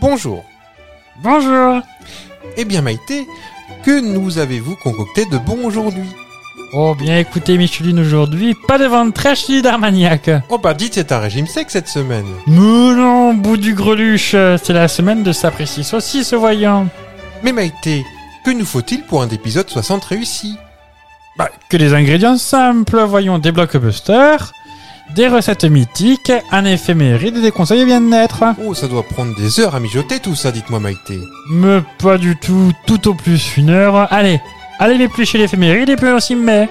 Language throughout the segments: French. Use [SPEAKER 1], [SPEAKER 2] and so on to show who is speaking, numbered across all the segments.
[SPEAKER 1] Bonjour.
[SPEAKER 2] Bonjour.
[SPEAKER 1] Eh bien Maïté, que nous avez-vous concocté de bon aujourd'hui
[SPEAKER 2] Oh bien écoutez Micheline aujourd'hui, pas de vente trash ni d'armagnac.
[SPEAKER 1] Oh bah dites c'est un régime sec cette semaine.
[SPEAKER 2] Mais non, bout du greluche, c'est la semaine de sa précise saucisse voyant.
[SPEAKER 1] Mais Maïté, que nous faut-il pour un épisode 60 réussi
[SPEAKER 2] Bah que des ingrédients simples, voyons des blockbusters, des recettes mythiques, un éphéméride et des conseils bien-être.
[SPEAKER 1] Oh ça doit prendre des heures à mijoter tout ça, dites-moi Maïté.
[SPEAKER 2] Mais pas du tout, tout au plus une heure. Allez, allez les plus chez l'éphéméride et puis on s'y met.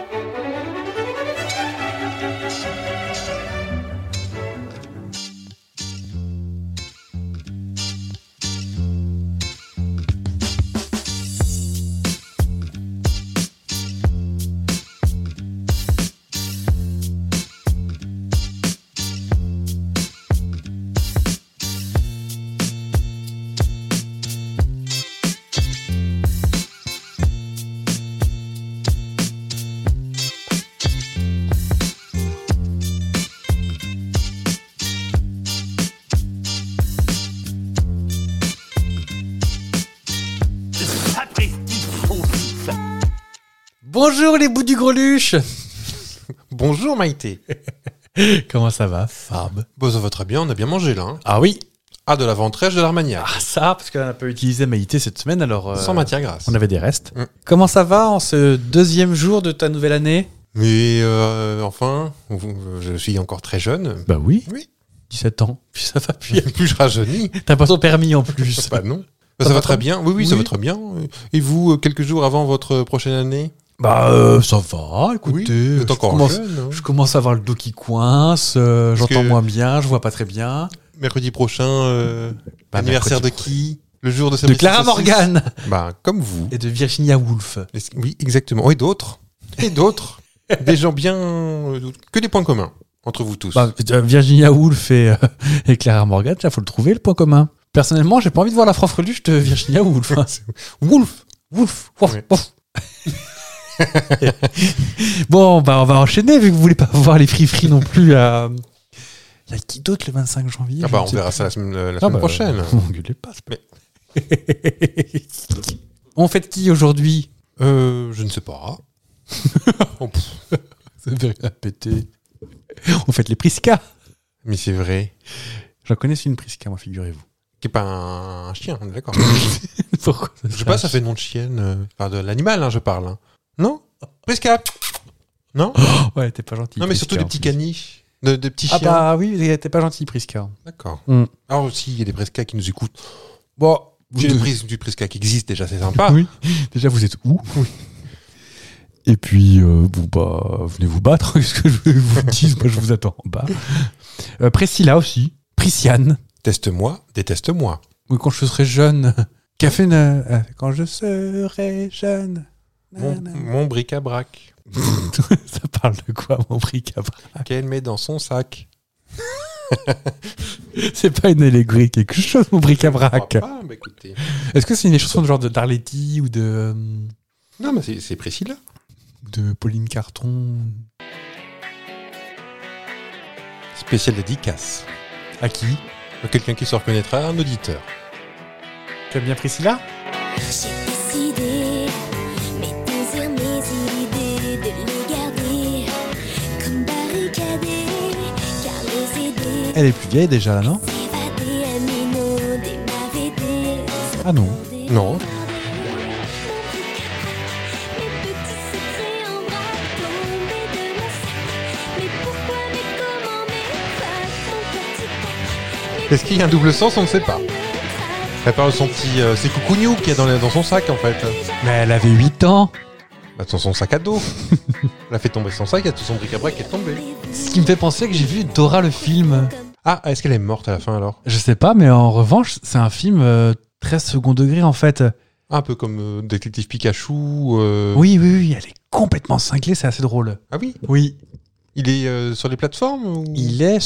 [SPEAKER 1] Bonjour les bouts du greluche Bonjour Maïté.
[SPEAKER 2] Comment ça va, Fab
[SPEAKER 1] Bon ça va très bien, on a bien mangé là. hein.
[SPEAKER 3] Ah oui,
[SPEAKER 1] Ah de la ventrèche de l'armagnac.
[SPEAKER 3] ah ça, parce qu'on n'a pas utilisé Maïté cette semaine, alors euh,
[SPEAKER 1] Sans matière grasse.
[SPEAKER 3] on avait des restes.
[SPEAKER 1] Mm.
[SPEAKER 3] Comment ça va en ce deuxième jour de ta nouvelle année
[SPEAKER 1] Mais euh, enfin, vous- je suis encore très jeune.
[SPEAKER 3] Bah oui.
[SPEAKER 1] Oui.
[SPEAKER 3] 17 ans, puis ça va plus.
[SPEAKER 1] Plus je rajeunis.
[SPEAKER 3] T'as pas ton permis en plus.
[SPEAKER 1] Bah non. Bah, ça va très bien. Oui, oui, ça
[SPEAKER 3] Oui.
[SPEAKER 1] va très bien. Et vous, euh, quelques jours avant votre prochaine année
[SPEAKER 3] bah euh, ça va, écoutez.
[SPEAKER 1] vous êtes
[SPEAKER 3] Euh, je,
[SPEAKER 1] encore
[SPEAKER 3] commence,
[SPEAKER 1] jeune. hein.
[SPEAKER 3] je commence à avoir le dos qui coince, euh,
[SPEAKER 1] Parce
[SPEAKER 3] j'entends
[SPEAKER 1] que-
[SPEAKER 3] moins bien, je vois pas très bien.
[SPEAKER 1] Mercredi prochain, euh,
[SPEAKER 3] Bah,
[SPEAKER 1] anniversaire de qui
[SPEAKER 3] mercredi
[SPEAKER 1] Le jour de sa
[SPEAKER 3] De
[SPEAKER 1] petite
[SPEAKER 3] Clara
[SPEAKER 1] saucisse
[SPEAKER 3] Morgan
[SPEAKER 1] Bah, comme vous.
[SPEAKER 3] et de Virginia Woolf.
[SPEAKER 1] Est-ce- Oui, exactement. Et d'autres Et d'autres Des gens bien... euh, Que des points communs entre vous tous.
[SPEAKER 3] Bah, euh, Virginia Woolf et, euh, et Clara Morgan, il faut le trouver le point commun. Personnellement, j'ai pas envie de voir la franfreluche de Virginia Woolf. hein.
[SPEAKER 1] Wolf
[SPEAKER 3] Ouf, ouf,
[SPEAKER 1] Ouais.
[SPEAKER 3] ouf. bon, bah, on va enchaîner vu que vous voulez pas voir les free-free non plus. à- Il y a qui d'autre le 25 janvier
[SPEAKER 1] Ah bah, on
[SPEAKER 3] Je ne
[SPEAKER 1] verra
[SPEAKER 3] sais
[SPEAKER 1] ça la semaine, la semaine
[SPEAKER 3] plus. Ah bah,
[SPEAKER 1] prochaine.
[SPEAKER 3] vous m'engueulez pas. c'est pas- on fait de qui aujourd'hui
[SPEAKER 1] Euh, je ne sais pas. Oh, pff,
[SPEAKER 3] Ça me fait rien péter. On fait les Prisca.
[SPEAKER 1] Mais c'est vrai.
[SPEAKER 3] J'en connais une Prisca, moi, figurez-vous.
[SPEAKER 1] Qui est pas un chien, on est d'accord
[SPEAKER 3] Pourquoi
[SPEAKER 1] Je sais pas, ça fait nom de chienne. euh, Enfin, de l'animal, hein, je parle. hein. Non Prisca Non
[SPEAKER 3] Ouais, t'es pas gentil.
[SPEAKER 1] Non, mais surtout
[SPEAKER 3] Prisca,
[SPEAKER 1] des
[SPEAKER 3] en
[SPEAKER 1] petits
[SPEAKER 3] plus.
[SPEAKER 1] caniches. De- des petits
[SPEAKER 3] Ah
[SPEAKER 1] chiens.
[SPEAKER 3] bah oui, t'es pas gentil, Prisca.
[SPEAKER 1] D'accord.
[SPEAKER 3] Mm.
[SPEAKER 1] Alors aussi, il y a des Prisca qui nous écoutent. Bon, j'ai
[SPEAKER 3] devez-
[SPEAKER 1] le pris- du Prisca qui existe déjà, c'est sympa.
[SPEAKER 3] Oui. Déjà, vous êtes où Et puis, euh, bon, bah, venez vous battre. Qu'est-ce que je vais vous dire Moi, je vous attends en bas. Euh, Priscilla aussi. Prisciane.
[SPEAKER 1] Teste-moi, déteste-moi.
[SPEAKER 3] Oui, quand je serai jeune. Café. na- euh, Quand je serai jeune.
[SPEAKER 1] Mon,
[SPEAKER 3] Nanana.
[SPEAKER 1] mon bric-à-brac
[SPEAKER 3] Ça parle de quoi, mon bric-à-brac
[SPEAKER 1] qu'elle met dans son sac.
[SPEAKER 3] C'est pas une allégorie, quelque chose, mon
[SPEAKER 1] Ah,
[SPEAKER 3] bric-à-brac.
[SPEAKER 1] bah, écoutez.
[SPEAKER 3] Est-ce que c'est une chanson de genre de d'Arletty ou de, euh,
[SPEAKER 1] Non, mais c'est- c'est précis là.
[SPEAKER 3] de Pauline Carton
[SPEAKER 1] Spécial dédicace.
[SPEAKER 3] À qui
[SPEAKER 1] Quelqu'un qui se reconnaîtra, un auditeur.
[SPEAKER 3] Tu aimes bien Priscilla
[SPEAKER 4] J'ai décidé, mes désirs, mes idées, de les garder comme barricadés, car les aider,
[SPEAKER 3] Elle est plus vieille déjà, là, non
[SPEAKER 4] s'évader à mes mots, des mauvais dés,
[SPEAKER 3] Ah non.
[SPEAKER 4] des-
[SPEAKER 1] Non.
[SPEAKER 4] Mes petits secrets en vrac tombés de mon sac. Mais pourquoi, mais comment, mais pas mon petit tac. Mes
[SPEAKER 1] Est-ce qu'il y a un double sens On ne sait pas.
[SPEAKER 4] petits amours
[SPEAKER 1] Elle parle de son petit. euh, c'est Coucougnou qui est dans, la- dans son sac en fait.
[SPEAKER 3] Mais elle avait 8 ans.
[SPEAKER 1] Bah, dans son sac à dos. Elle a fait tomber son sac, il y a tout son bric-à-brac qui est tombé.
[SPEAKER 3] Ce qui me fait penser que j'ai vu Dora le film.
[SPEAKER 1] Ah, est-ce qu'elle est morte à la fin alors
[SPEAKER 3] Je sais pas, mais en revanche, c'est un film euh, très second degré en fait.
[SPEAKER 1] Un peu comme euh, Détective Pikachu. euh,
[SPEAKER 3] Oui, oui, oui, elle est complètement cinglée, c'est assez drôle.
[SPEAKER 1] Ah oui
[SPEAKER 3] Oui.
[SPEAKER 1] Il est euh, sur les plateformes ou...
[SPEAKER 3] Il est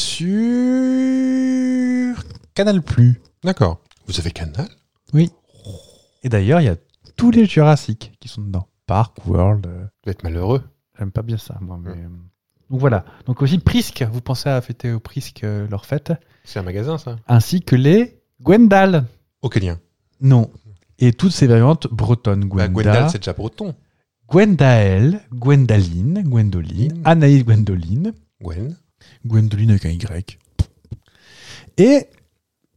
[SPEAKER 3] sur Canal Plus.
[SPEAKER 1] D'accord. Vous avez Canal
[SPEAKER 3] Et d'ailleurs, il y a tous les Jurassic qui sont dedans. Park, World. euh,
[SPEAKER 1] Vous êtes malheureux.
[SPEAKER 3] J'aime pas bien ça, moi. Mais... euh, Donc voilà. Donc aussi Prisque, vous pensez à fêter au Prisque euh, leur fête,
[SPEAKER 1] C'est un magasin ça
[SPEAKER 3] ainsi que les Gwendal.
[SPEAKER 1] Aucélien.
[SPEAKER 3] Non. Et toutes ces variantes bretonnes,
[SPEAKER 1] Bah,
[SPEAKER 3] Gwenda,
[SPEAKER 1] Gwendal, c'est déjà breton.
[SPEAKER 3] Gwendael, Gwendaline, Gwendoline,
[SPEAKER 1] Line.
[SPEAKER 3] Anaïs Gwendoline,
[SPEAKER 1] Gwen.
[SPEAKER 3] Mm. Gwendoline avec un Y. Et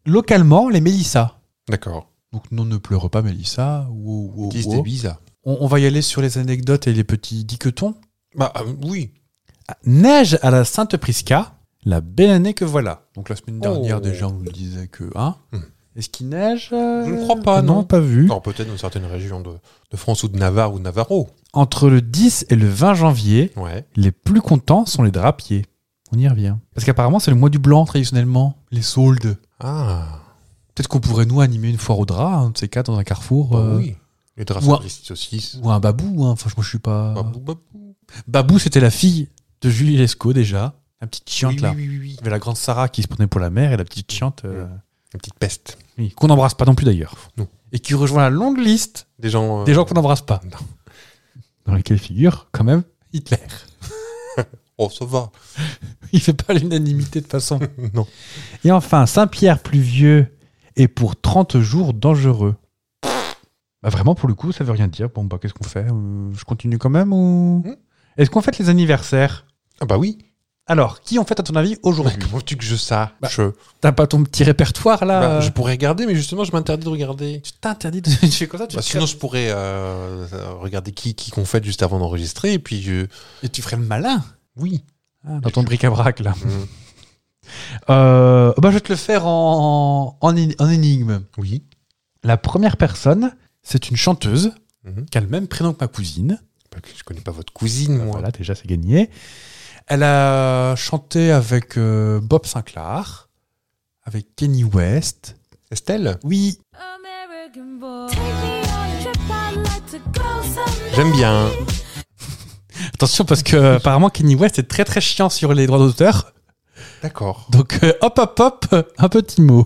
[SPEAKER 3] localement, les Mélissa.
[SPEAKER 1] D'accord.
[SPEAKER 3] Donc non, ne pleure pas Mélissa. Wow, wow,
[SPEAKER 1] Dis
[SPEAKER 3] wow.
[SPEAKER 1] des bizarres.
[SPEAKER 3] On, on va y aller sur les anecdotes et les petits dictons.
[SPEAKER 1] Bah ah, oui.
[SPEAKER 3] Neige à la Sainte Prisca, la belle année que voilà. Donc la semaine dernière,
[SPEAKER 1] Oh.
[SPEAKER 3] déjà, on nous disait que... Hein
[SPEAKER 1] Hmm.
[SPEAKER 3] Est-ce qu'il neige euh,
[SPEAKER 1] Je ne crois pas, non.
[SPEAKER 3] pas vu.
[SPEAKER 1] Alors peut-être dans certaines régions de, de France ou de Navarre ou de Navarro.
[SPEAKER 3] Entre le 10 et le 20 janvier,
[SPEAKER 1] Ouais.
[SPEAKER 3] Les plus contents sont les drapiers. On y revient. Parce qu'apparemment, c'est le mois du blanc traditionnellement, les soldes.
[SPEAKER 1] Ah.
[SPEAKER 3] Peut-être qu'on pourrait nous animer une foire au drap, un de ces quatre, dans un carrefour.
[SPEAKER 1] bah
[SPEAKER 3] euh,
[SPEAKER 1] oui. Les draps
[SPEAKER 3] Ouah.
[SPEAKER 1] les saucisses. Bah,
[SPEAKER 3] Ou un babou, hein. franchement, je suis pas.
[SPEAKER 1] Babou,
[SPEAKER 3] Babou,
[SPEAKER 1] babou.
[SPEAKER 3] c'était la fille de Julie Lescaut déjà. La petite chiante
[SPEAKER 1] Oui,
[SPEAKER 3] là.
[SPEAKER 1] oui, oui, oui, oui.
[SPEAKER 3] Il y avait la grande Sarah qui se prenait pour la mère et la petite chiante. euh,
[SPEAKER 1] Une petite peste.
[SPEAKER 3] oui, Qu'on n'embrasse pas non plus d'ailleurs.
[SPEAKER 1] Non.
[SPEAKER 3] Et qui rejoint la longue liste
[SPEAKER 1] Des gens. euh,
[SPEAKER 3] des gens qu'on n'embrasse pas.
[SPEAKER 1] Non.
[SPEAKER 3] Dans lesquels figure quand même Hitler.
[SPEAKER 1] Oh, ça va.
[SPEAKER 3] Il fait pas l'unanimité de façon.
[SPEAKER 1] non.
[SPEAKER 3] Et enfin, Saint-Pierre pluvieux et pour 30 jours dangereux. Bah vraiment, pour le coup, ça veut rien dire. Bon, bah, qu'est-ce qu'on fait Euh, Je continue quand même ou...
[SPEAKER 1] Hmm.
[SPEAKER 3] Est-ce qu'on fête les anniversaires
[SPEAKER 1] Ah bah oui.
[SPEAKER 3] Alors, qui on fête à ton avis
[SPEAKER 1] Bah,
[SPEAKER 3] aujourd'hui
[SPEAKER 1] comment tu que je sache
[SPEAKER 3] Bah, T'as pas ton petit répertoire là
[SPEAKER 1] Bah,
[SPEAKER 3] euh,
[SPEAKER 1] Je pourrais regarder, mais justement, je m'interdis de regarder.
[SPEAKER 3] Tu t'interdis de. tu fais comme ça, tu
[SPEAKER 1] Bah,
[SPEAKER 3] crées-
[SPEAKER 1] sinon, je pourrais euh, euh, regarder qui, qui qu'on fête juste avant d'enregistrer, et puis je...
[SPEAKER 3] Et tu ferais le malin
[SPEAKER 1] Oui.
[SPEAKER 3] hein, dans ton bric-à-brac là.
[SPEAKER 1] Mm.
[SPEAKER 3] Euh, bah, je vais te le faire en, en, en- en énigme.
[SPEAKER 1] Oui.
[SPEAKER 3] La première personne, c'est une chanteuse
[SPEAKER 1] Mhm.
[SPEAKER 3] qui a le même prénom que ma cousine.
[SPEAKER 1] Bah, je connais pas votre cousine, moi.
[SPEAKER 3] Voilà, déjà, c'est gagné. Elle a chanté avec euh, Bob Sinclair, avec Kenny West.
[SPEAKER 1] Estelle
[SPEAKER 3] Oui,
[SPEAKER 4] American boy. Take me on a trip, I'd like to go someday.
[SPEAKER 1] J'aime bien.
[SPEAKER 3] attention, parce que euh, apparemment, Kenny West est très très chiant sur les droits d'auteur.
[SPEAKER 1] D'accord.
[SPEAKER 3] Donc, euh, hop, hop, hop, un petit mot.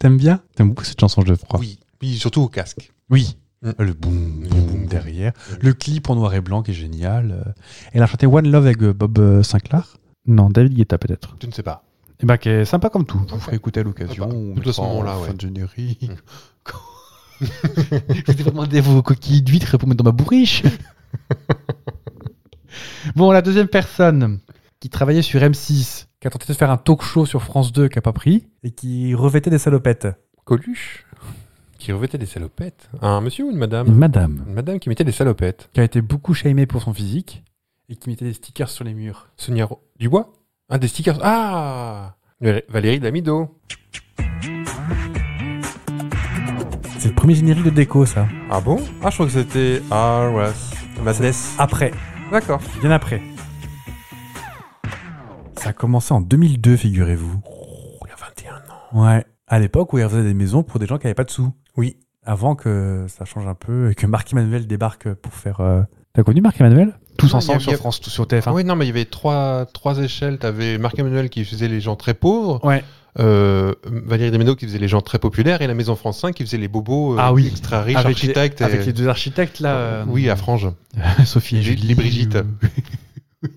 [SPEAKER 3] T'aimes bien T'aimes beaucoup cette chanson, je crois.
[SPEAKER 1] Oui. Oui, surtout au casque.
[SPEAKER 3] Oui.
[SPEAKER 1] Mm.
[SPEAKER 3] Le boum,
[SPEAKER 1] Le
[SPEAKER 3] boum,
[SPEAKER 1] boum, boum.
[SPEAKER 3] derrière. Le clip en noir et blanc qui est génial. Euh, Elle a chanté One Love avec euh, Bob euh, Sinclair. Non, David Guetta peut-être.
[SPEAKER 1] Je ne sais pas.
[SPEAKER 3] Et bah, qui est sympa comme tout. Je vous
[SPEAKER 1] Ok.
[SPEAKER 3] ferai écouter à l'occasion.
[SPEAKER 1] Sympa.
[SPEAKER 3] on
[SPEAKER 1] Tout à ce
[SPEAKER 3] mettra en
[SPEAKER 1] moment-là, ouais.
[SPEAKER 3] Fin de générique. Je vais demander vos coquilles d'huîtres pour mettre dans ma bourriche. bon, la deuxième personne qui travaillait sur M6, qui a tenté de faire un talk show sur France 2, qui a pas pris, et qui revêtait des salopettes.
[SPEAKER 1] Coluche Qui revêtait des salopettes. Un monsieur ou une madame
[SPEAKER 3] Une madame,
[SPEAKER 1] Une madame qui mettait des salopettes.
[SPEAKER 3] qui a été beaucoup shamée pour son physique, et qui mettait des stickers sur les murs.
[SPEAKER 1] Sonia Ro- Dubois Un des stickers. Ah Val- Valérie Damido.
[SPEAKER 3] C'est le premier générique de déco, ça.
[SPEAKER 1] Ah bon Ah, je crois que c'était. Ah, ouais. Madness.
[SPEAKER 3] Après.
[SPEAKER 1] D'accord.
[SPEAKER 3] bien après. Ça a commencé en 2002, figurez-vous.
[SPEAKER 1] Oh, il y a 21 ans.
[SPEAKER 3] Ouais. À l'époque où ils faisaient des maisons pour des gens qui n'avaient pas de sous.
[SPEAKER 1] Oui.
[SPEAKER 3] Avant que ça change un peu et que Marc Emmanuel débarque pour faire. euh, T'as connu Marc Emmanuel Tous
[SPEAKER 1] Non, il y a- il y a-
[SPEAKER 3] France, tous sur TF1.
[SPEAKER 1] Ah oui, non, mais il y avait trois, trois échelles. T'avais Marc-Emmanuel qui faisait les gens très pauvres,
[SPEAKER 3] Ouais.
[SPEAKER 1] euh, Valérie Damido qui faisait les gens très populaires, et la Maison France 5 qui faisait les bobos euh,
[SPEAKER 3] Ah oui.
[SPEAKER 1] extra riches,
[SPEAKER 3] Avec les-
[SPEAKER 1] architectes. et-
[SPEAKER 3] Avec les deux architectes là. euh,
[SPEAKER 1] Oui, à Frange.
[SPEAKER 3] Eh, Sophie et
[SPEAKER 1] Julie,
[SPEAKER 3] Julie.
[SPEAKER 1] Brigitte.
[SPEAKER 3] euh,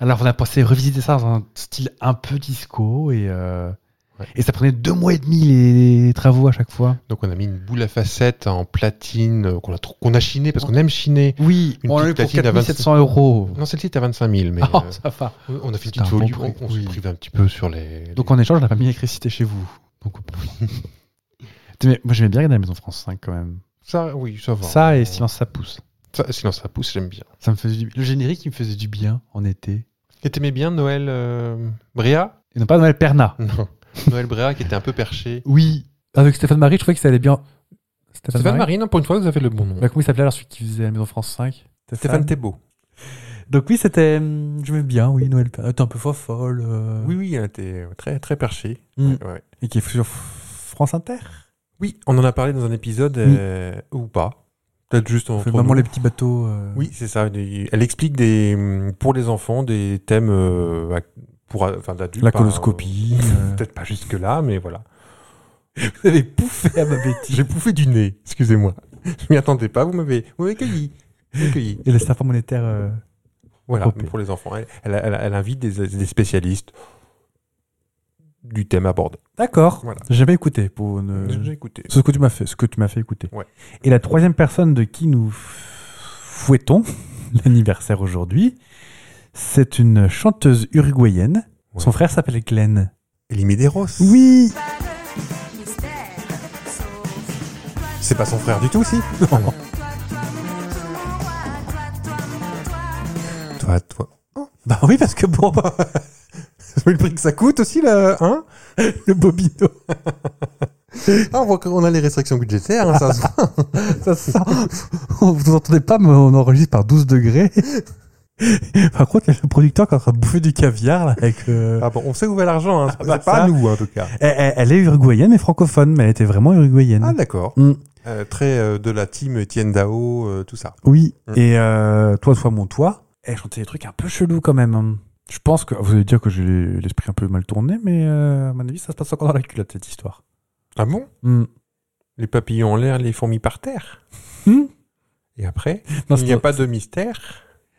[SPEAKER 3] Alors on a pensé revisiter ça dans un style un peu disco et. euh,
[SPEAKER 1] Ouais.
[SPEAKER 3] Et ça prenait deux mois et demi les- les travaux à chaque fois.
[SPEAKER 1] Donc on a mis une boule à facettes en platine euh, qu'on a, tr- qu'on a chiné parce qu'on aime chiner.
[SPEAKER 3] Oui,
[SPEAKER 1] Une
[SPEAKER 3] on l'a eu
[SPEAKER 1] petite
[SPEAKER 3] pour
[SPEAKER 1] platine à
[SPEAKER 3] 4700 euros.
[SPEAKER 1] Non, celle-ci était à 25 000, mais
[SPEAKER 3] Oh,
[SPEAKER 1] euh,
[SPEAKER 3] ça va.
[SPEAKER 1] on a fait une
[SPEAKER 3] c'est
[SPEAKER 1] petite
[SPEAKER 3] un bon
[SPEAKER 1] folie.
[SPEAKER 3] prix.
[SPEAKER 1] on on se
[SPEAKER 3] Oui.
[SPEAKER 1] prive un petit peu sur les.
[SPEAKER 3] Donc en échange, on n'a pas mis l'électricité chez vous. Donc, mais moi, j'aimais bien regarder la Maison France 5 quand même.
[SPEAKER 1] ça, oui, ça va.
[SPEAKER 3] Ça et Silence, ça pousse.
[SPEAKER 1] Ça, silence, ça pousse, j'aime bien.
[SPEAKER 3] Ça me faisait du... Le générique, il me faisait du bien en été.
[SPEAKER 1] Et t'aimais bien Noël euh, Bréa
[SPEAKER 3] Et non pas Noël Perna.
[SPEAKER 1] Non. Noël Bréa qui était un peu perché.
[SPEAKER 3] Oui, avec Stéphane Marie, je trouvais que ça allait bien. Stéphane,
[SPEAKER 1] Stéphane Marine, pour une fois, vous avez le bon nom.
[SPEAKER 3] Bah, comment il s'appelait alors celui qui faisait la Maison France 5
[SPEAKER 1] Thébault.
[SPEAKER 3] Donc oui, c'était... hum, J'aimais bien, oui, Noël Perna. Elle était un peu folle.
[SPEAKER 1] Oui, oui, elle était euh, très, très perchée.
[SPEAKER 3] Mm.
[SPEAKER 1] Ouais.
[SPEAKER 3] Et qui est sur F- France Inter.
[SPEAKER 1] Oui, on en a parlé dans un épisode euh, ou pas. Peut-être juste en.
[SPEAKER 3] Fait Maman les petits bateaux. euh,
[SPEAKER 1] Oui, c'est ça. des- Elle explique des, pour les enfants des thèmes euh, ac- pour, euh, enfin, d'adultes.
[SPEAKER 3] La
[SPEAKER 1] pas-
[SPEAKER 3] coloscopie. euh.
[SPEAKER 1] Peut-être pas jusque-là, mais voilà.
[SPEAKER 3] Vous avez pouffé à ma bêtise.
[SPEAKER 1] J'ai bouffé du nez, excusez-moi. Je m'y attendais pas, vous m'avez vous m'avez cueilli. Vous m'avez cueilli.
[SPEAKER 3] Et le serpent monétaire. euh,
[SPEAKER 1] Voilà,
[SPEAKER 3] Copé.
[SPEAKER 1] pour les enfants. Elle, elle- elle- elle invite des, des spécialistes. du thème abordé.
[SPEAKER 3] D'accord.
[SPEAKER 1] Voilà.
[SPEAKER 3] J'ai jamais écouté pour ne-
[SPEAKER 1] J'ai écouté.
[SPEAKER 3] ce que tu m'as fait, ce que tu m'as fait écouter.
[SPEAKER 1] Ouais.
[SPEAKER 3] Et la troisième personne de qui nous f- fouettons l'anniversaire aujourd'hui, c'est une chanteuse uruguayenne.
[SPEAKER 1] Ouais.
[SPEAKER 3] Son frère s'appelle Glenn.
[SPEAKER 1] Elimideros.
[SPEAKER 3] Oui.
[SPEAKER 1] C'est pas son frère du tout, si Non. Toi, toi. Oh, Bah oui, parce que bon, bah, vu le prix que ça coûte aussi, là, hein Le bobino. Ah, on voit qu'on a les restrictions budgétaires, hein, ça se voit.
[SPEAKER 3] Ça, ça, vous entendez pas, mais on enregistre par 12 degrés. Par contre, il y a le producteur qui est en train de bouffer du caviar là, avec. euh,
[SPEAKER 1] Ah bon, on sait où va l'argent, hein. c'est
[SPEAKER 3] bah,
[SPEAKER 1] c'est pas
[SPEAKER 3] ça.
[SPEAKER 1] à nous, en tout cas.
[SPEAKER 3] Elle, elle- elle est uruguayenne mais francophone, mais elle était vraiment uruguayenne.
[SPEAKER 1] Ah, d'accord.
[SPEAKER 3] Mm.
[SPEAKER 1] Euh, très euh, de la team Etienne Dao, euh, tout ça.
[SPEAKER 3] Oui.
[SPEAKER 1] Mm.
[SPEAKER 3] Et euh, toi, toi, mon toi, elle chantait des trucs un peu chelous quand même. hein. Je pense que vous allez dire que j'ai l'esprit un peu mal tourné, mais euh, à mon avis, ça se passe encore dans la culotte cette histoire.
[SPEAKER 1] Ah bon
[SPEAKER 3] Mm.
[SPEAKER 1] Les papillons en l'air, les fourmis par terre. Mm.
[SPEAKER 3] Hmm
[SPEAKER 1] Et après, il n'y
[SPEAKER 3] Non,
[SPEAKER 1] a
[SPEAKER 3] c'était-
[SPEAKER 1] pas de mystère.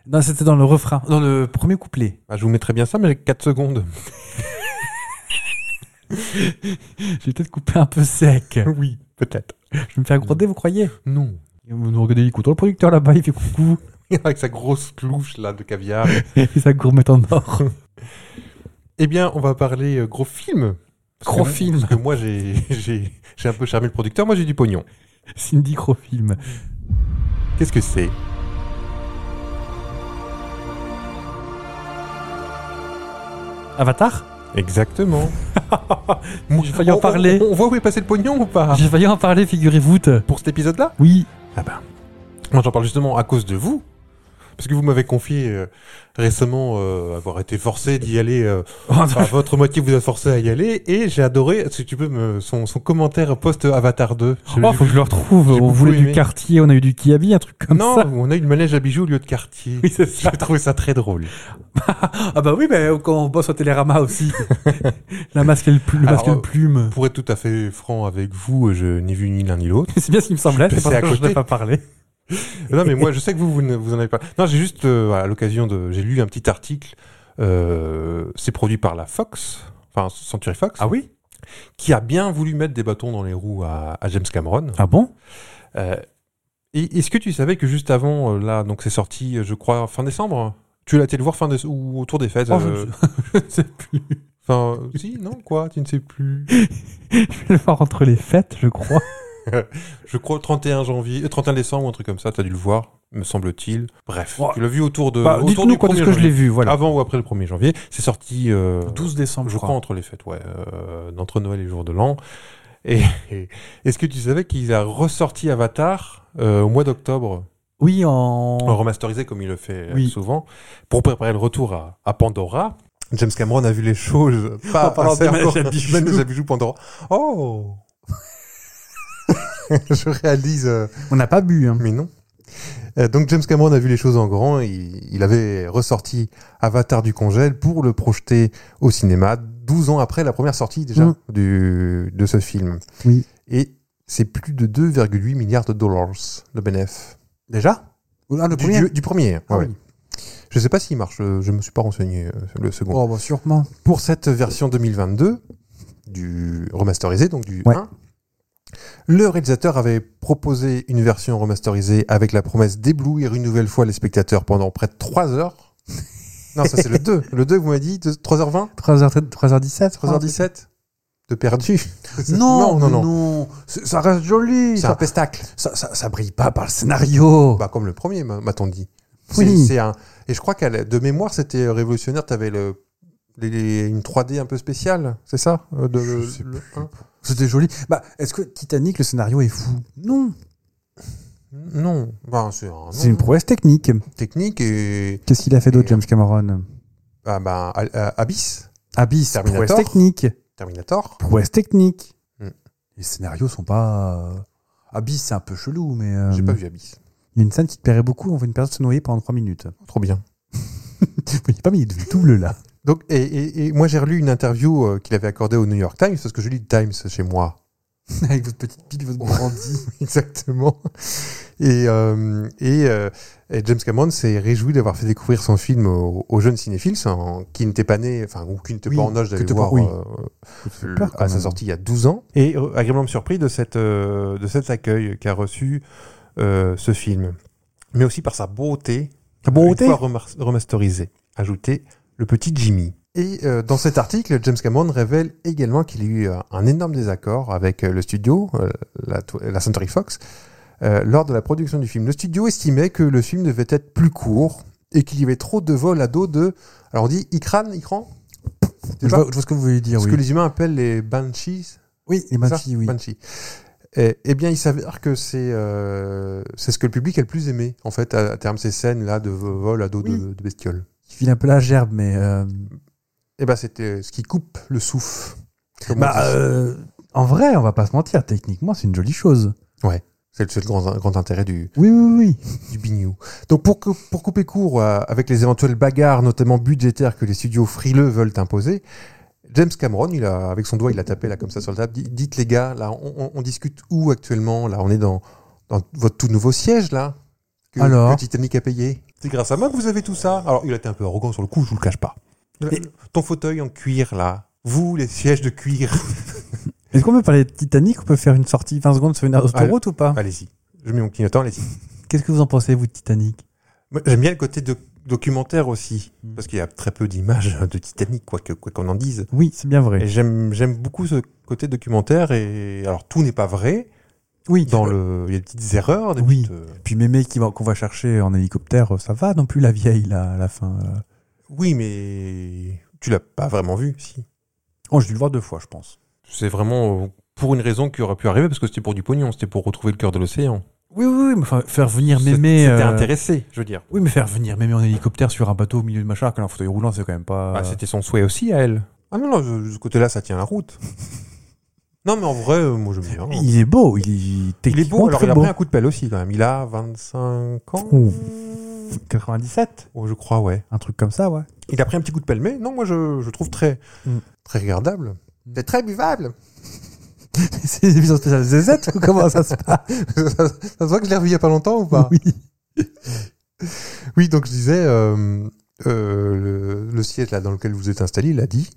[SPEAKER 3] non, c'était dans le refrain, dans le premier couplet.
[SPEAKER 1] Bah, je vous mettrai bien ça, mais j'ai 4 secondes.
[SPEAKER 3] J'ai peut-être coupé un peu sec.
[SPEAKER 1] Oui, peut-être.
[SPEAKER 3] Je vais me faire gronder, vous croyez
[SPEAKER 1] Non.
[SPEAKER 3] Vous nous regardez, il écoute oh, le producteur là-bas, il fait coucou,
[SPEAKER 1] Avec sa grosse clouche là de caviar.
[SPEAKER 3] et sa gourmette en or.
[SPEAKER 1] eh bien, on va parler euh, gros film. Parce
[SPEAKER 3] Gros
[SPEAKER 1] que-
[SPEAKER 3] film.
[SPEAKER 1] Parce que moi, j'ai j'ai- j'ai un peu charmé le producteur. Moi, j'ai du pognon.
[SPEAKER 3] Cindy Crofilm.
[SPEAKER 1] Qu'est-ce que c'est
[SPEAKER 3] Avatar
[SPEAKER 1] Exactement.
[SPEAKER 3] J'ai failli en
[SPEAKER 1] On- on-
[SPEAKER 3] parler.
[SPEAKER 1] On, voit où est passé le pognon ou pas
[SPEAKER 3] J'ai failli en parler, figurez-vous. te.
[SPEAKER 1] Pour cet épisode-là
[SPEAKER 3] Oui.
[SPEAKER 1] Ah ben, moi j'en parle justement à cause de vous. Parce que vous m'avez confié euh, récemment euh, avoir été forcé d'y aller. euh, enfin, votre moitié vous a forcé à y aller. Et j'ai adoré, si tu peux, me, son, son commentaire post-Avatar 2. Je-
[SPEAKER 3] Oh, faut que je le retrouve.
[SPEAKER 1] J'ai
[SPEAKER 3] On
[SPEAKER 1] beaucoup
[SPEAKER 3] voulait du
[SPEAKER 1] aimé.
[SPEAKER 3] quartier, on a eu du kiabi, un truc comme
[SPEAKER 1] non,
[SPEAKER 3] ça.
[SPEAKER 1] on a eu le manège à bijoux au lieu de quartier.
[SPEAKER 3] Oui, c'est
[SPEAKER 1] J'ai trouvé ça très drôle.
[SPEAKER 3] Ah bah oui, mais quand on bosse au Télérama aussi. la masque et le, plu- le
[SPEAKER 1] Alors,
[SPEAKER 3] masque et le
[SPEAKER 1] euh,
[SPEAKER 3] plume.
[SPEAKER 1] Pour être tout à fait franc avec vous, je n'ai vu ni l'un ni l'autre.
[SPEAKER 3] C'est bien ce qui me semblait,
[SPEAKER 1] Je
[SPEAKER 3] c'est
[SPEAKER 1] suis
[SPEAKER 3] pour
[SPEAKER 1] passé
[SPEAKER 3] ça
[SPEAKER 1] à
[SPEAKER 3] que je
[SPEAKER 1] côté.
[SPEAKER 3] n'ai pas parlé.
[SPEAKER 1] Non, mais moi, je sais que vous, vous, ne- vous en avez pas. Non, j'ai juste, euh, à l'occasion de. J'ai lu un petit article. euh, c'est produit par la Fox, enfin Century Fox,
[SPEAKER 3] Ah oui
[SPEAKER 1] qui a bien voulu mettre des bâtons dans les roues à, à James Cameron.
[SPEAKER 3] Ah bon
[SPEAKER 1] Euh, et- Est-ce que tu savais que juste avant, euh, là, donc c'est sorti, euh, je crois, fin décembre hein, Tu l'as été le voir fin déce- ou autour des fêtes
[SPEAKER 3] Oh, je
[SPEAKER 1] euh,
[SPEAKER 3] ne sais- je ne sais plus.
[SPEAKER 1] Enfin, euh, si, non, quoi, tu ne sais plus.
[SPEAKER 3] Je vais le voir entre les fêtes, je crois.
[SPEAKER 1] Je crois le 31 janvier, euh, 31 décembre, un truc comme ça, t'as dû le voir, me semble-t-il. Bref,
[SPEAKER 3] Ouais.
[SPEAKER 1] tu l'as vu autour de.
[SPEAKER 3] Bah,
[SPEAKER 1] autour
[SPEAKER 3] Dites-nous
[SPEAKER 1] du
[SPEAKER 3] quand est-ce
[SPEAKER 1] 1er
[SPEAKER 3] que je l'ai
[SPEAKER 1] janvier.
[SPEAKER 3] vu, voilà.
[SPEAKER 1] Avant ou après le 1er janvier, c'est sorti. euh,
[SPEAKER 3] 12 décembre,
[SPEAKER 1] je crois entre les fêtes, ouais, euh, entre Noël et le jour de l'an. Et, et- est-ce que tu savais qu'il a ressorti Avatar euh, au mois d'octobre,
[SPEAKER 3] Oui, en...
[SPEAKER 1] en remasterisé comme il le fait euh,
[SPEAKER 3] Oui.
[SPEAKER 1] souvent, pour préparer le retour à, à Pandora James Cameron a vu les choses pas
[SPEAKER 3] En parlant
[SPEAKER 1] passer
[SPEAKER 3] de manège à
[SPEAKER 1] encore-
[SPEAKER 3] bijoux.
[SPEAKER 1] manège à bijoux Pandora. Oh Je réalise. euh,
[SPEAKER 3] On n'a pas bu. Hein.
[SPEAKER 1] mais non. Euh, donc James Cameron a vu les choses en grand. Il, il avait ressorti Avatar du congèle pour le projeter au cinéma 12 ans après la première sortie déjà
[SPEAKER 3] Mm.
[SPEAKER 1] du, de ce film.
[SPEAKER 3] Oui.
[SPEAKER 1] Et c'est plus de 2,8 milliards de dollars de bénéf.
[SPEAKER 3] Déjà ah, le
[SPEAKER 1] Du, du- du premier.
[SPEAKER 3] Ah
[SPEAKER 1] ouais.
[SPEAKER 3] oui.
[SPEAKER 1] Je sais pas s'il marche. euh, Je me suis pas renseigné euh, sur le second.
[SPEAKER 3] bah sûrement.
[SPEAKER 1] Pour cette version 2022 du remasterisé, donc du
[SPEAKER 3] Ouais.
[SPEAKER 1] 1, le réalisateur avait proposé une version remasterisée avec la promesse d'éblouir une nouvelle fois les spectateurs pendant près de 3 heures. Non, ça c'est le 2. Le 2, vous m'avez dit 3h20
[SPEAKER 3] 3h, 3h17
[SPEAKER 1] 3h17 De perdu
[SPEAKER 3] Ah.
[SPEAKER 1] non,
[SPEAKER 3] Non, non,
[SPEAKER 1] non.
[SPEAKER 3] non, C'est- Ça reste joli.
[SPEAKER 1] C'est un
[SPEAKER 3] Ça,
[SPEAKER 1] pestacle.
[SPEAKER 3] ça, ça- ça brille pas par le scénario.
[SPEAKER 1] Bah, comme le premier, m'a- m'a-t-on dit.
[SPEAKER 3] Oui.
[SPEAKER 1] C'est- c'est un... Et je crois qu'à la- de mémoire, c'était révolutionnaire. Tu avais le... les- les- une 3D un peu spéciale, c'est ça euh, de...
[SPEAKER 3] Je sais
[SPEAKER 1] le-
[SPEAKER 3] plus. C'était joli. Bah, est-ce que Titanic, le scénario est fou Non.
[SPEAKER 1] Non. Bah, c'est un-
[SPEAKER 3] C'est une prouesse technique.
[SPEAKER 1] technique et euh,
[SPEAKER 3] Qu'est-ce qu'il a fait d'autre, James Cameron
[SPEAKER 1] ah ben, Al- euh, Abyss,
[SPEAKER 3] Abyss,
[SPEAKER 1] Terminator.
[SPEAKER 3] prouesse technique.
[SPEAKER 1] Terminator.
[SPEAKER 3] Prouesse technique.
[SPEAKER 1] Hmm.
[SPEAKER 3] Les scénarios sont pas. euh, Abyss, c'est un peu chelou, mais. euh,
[SPEAKER 1] J'ai pas vu Abyss.
[SPEAKER 3] Il y a une scène qui te plairait beaucoup. On voit une personne se noyer pendant 3 minutes.
[SPEAKER 1] Trop bien.
[SPEAKER 3] Il n'est pas mis de double là.
[SPEAKER 1] Donc et, et- et moi j'ai relu une interview euh, qu'il avait accordée au New York Times parce que je lis le Times chez moi. Avec votre petite pile, votre brandy. Exactement. Et, euh, et, euh, et James Cameron s'est réjoui d'avoir fait découvrir son film aux, aux jeunes cinéphiles sans- qui n'étaient pas nés, enfin, ou qui n'étaient
[SPEAKER 3] Oui,
[SPEAKER 1] pas en âge
[SPEAKER 3] qui
[SPEAKER 1] d'aller
[SPEAKER 3] n'étaient pas-
[SPEAKER 1] voir
[SPEAKER 3] oui.
[SPEAKER 1] euh,
[SPEAKER 3] Ça fait
[SPEAKER 1] le-
[SPEAKER 3] peur, quand
[SPEAKER 1] à sa
[SPEAKER 3] même.
[SPEAKER 1] sortie il y a 12 ans. Et euh, agréablement surpris de, cette, euh, de cet accueil qu'a reçu euh, ce film. Mais aussi par sa beauté.
[SPEAKER 3] Sa beauté
[SPEAKER 1] Une fois remar- remasterisée. Ajouté le petit Jimmy. Et euh, dans cet article, James Cameron révèle également qu'il y a eu euh, un énorme désaccord avec euh, le studio, euh, la, to- la Century Fox, euh, lors de la production du film. Le studio estimait que le film devait être plus court et qu'il y avait trop de vols à dos de... Alors on dit Ikran, Ikran
[SPEAKER 3] Je vois, je vois ce que vous voulez dire,
[SPEAKER 1] ce
[SPEAKER 3] oui.
[SPEAKER 1] que les humains appellent les banshees.
[SPEAKER 3] Oui, les
[SPEAKER 1] c'est ça
[SPEAKER 3] Banshees, oui.
[SPEAKER 1] Banshees. Eh eh bien, il s'avère que c'est euh, c'est ce que le public a le plus aimé, en fait, à, à terme, ces scènes-là de vol à dos de- de,
[SPEAKER 3] Oui.
[SPEAKER 1] bestioles.
[SPEAKER 3] Qui file un peu la gerbe, mais... euh,
[SPEAKER 1] Eh ben, c'était ce qui coupe le souffle. comme on
[SPEAKER 3] Bah,
[SPEAKER 1] dit.
[SPEAKER 3] euh, en vrai, on va pas se mentir, techniquement, c'est une jolie chose.
[SPEAKER 1] C'est le- c'est le grand, grand intérêt du,
[SPEAKER 3] Oui, oui, oui.
[SPEAKER 1] du bignou. Donc pour, cou- pour couper court euh, avec les éventuelles bagarres, notamment budgétaires, que les studios frileux veulent imposer, James Cameron, il a, avec son doigt, il a tapé là comme ça sur la table. Dit- Dites les gars, là, on, on- on discute où actuellement Là, on est dans, dans votre tout nouveau siège là. Que,
[SPEAKER 3] Alors
[SPEAKER 1] que Titanic a payé. C'est grâce à moi que vous avez tout ça. Alors il a été un peu arrogant sur le coup, je vous le cache pas.
[SPEAKER 3] Et-
[SPEAKER 1] Ton fauteuil en cuir là. Vous, les sièges de cuir.
[SPEAKER 3] Est-ce qu'on peut parler de Titanic On peut faire une sortie 20 secondes sur une autoroute ou pas
[SPEAKER 1] Allez-y. Je mets mon clignotant, allez-y.
[SPEAKER 3] Qu'est-ce que vous en pensez, vous, de Titanic
[SPEAKER 1] Moi, J'aime bien le côté doc- documentaire aussi, parce qu'il y a très peu d'images de Titanic, quoi que- quoi qu'on en dise.
[SPEAKER 3] Oui, c'est bien
[SPEAKER 1] Et
[SPEAKER 3] vrai.
[SPEAKER 1] j'aime j'aime beaucoup ce côté documentaire. Et alors tout n'est pas vrai.
[SPEAKER 3] Oui,
[SPEAKER 1] Dans le, il y a des petites erreurs. Des
[SPEAKER 3] Oui.
[SPEAKER 1] petites, euh,
[SPEAKER 3] Puis mémé qui va- qu'on va chercher en hélicoptère, euh, ça va non plus la vieille là à la fin. euh.
[SPEAKER 1] oui, mais tu l'as pas vraiment vu, si.
[SPEAKER 3] Oh, j'ai dû le voir deux fois, je pense.
[SPEAKER 1] C'est vraiment euh, pour une raison qui aurait pu arriver, parce que c'était pour du pognon, c'était pour retrouver le cœur de l'océan.
[SPEAKER 3] Oui, oui, oui, mais enfin, faire venir mémé. euh,
[SPEAKER 1] intéressé, je veux dire.
[SPEAKER 3] Oui, mais faire venir mémé en hélicoptère sur un bateau au milieu de machin, qu'un fauteuil roulant, Ah, c'est quand même pas.
[SPEAKER 1] Bah, c'était son souhait aussi à elle. Ah non, non, de ce côté-là, ça tient la route. non, mais en vrai, euh, moi, je me bien.
[SPEAKER 3] il est beau, il est
[SPEAKER 1] Il est beau,
[SPEAKER 3] techniquement
[SPEAKER 1] alors
[SPEAKER 3] très
[SPEAKER 1] il a
[SPEAKER 3] beau.
[SPEAKER 1] pris un coup de pelle aussi quand même. Il a 25 ans
[SPEAKER 3] Ouh. 97,
[SPEAKER 1] Oh, Je crois, ouais.
[SPEAKER 3] un truc comme ça, ouais.
[SPEAKER 1] Il a pris un petit coup de pelle, mais non, moi je, je le trouve très,
[SPEAKER 3] Mm.
[SPEAKER 1] très regardable. C'est très buvable.
[SPEAKER 3] c'est des émissions spéciales ZZ ou comment ça se passe
[SPEAKER 1] ça, ça se voit que je l'ai revu il y a pas longtemps ou pas
[SPEAKER 3] Oui.
[SPEAKER 1] Oui, donc je disais, euh, euh, le, le siège là dans lequel vous êtes installé, il a dit,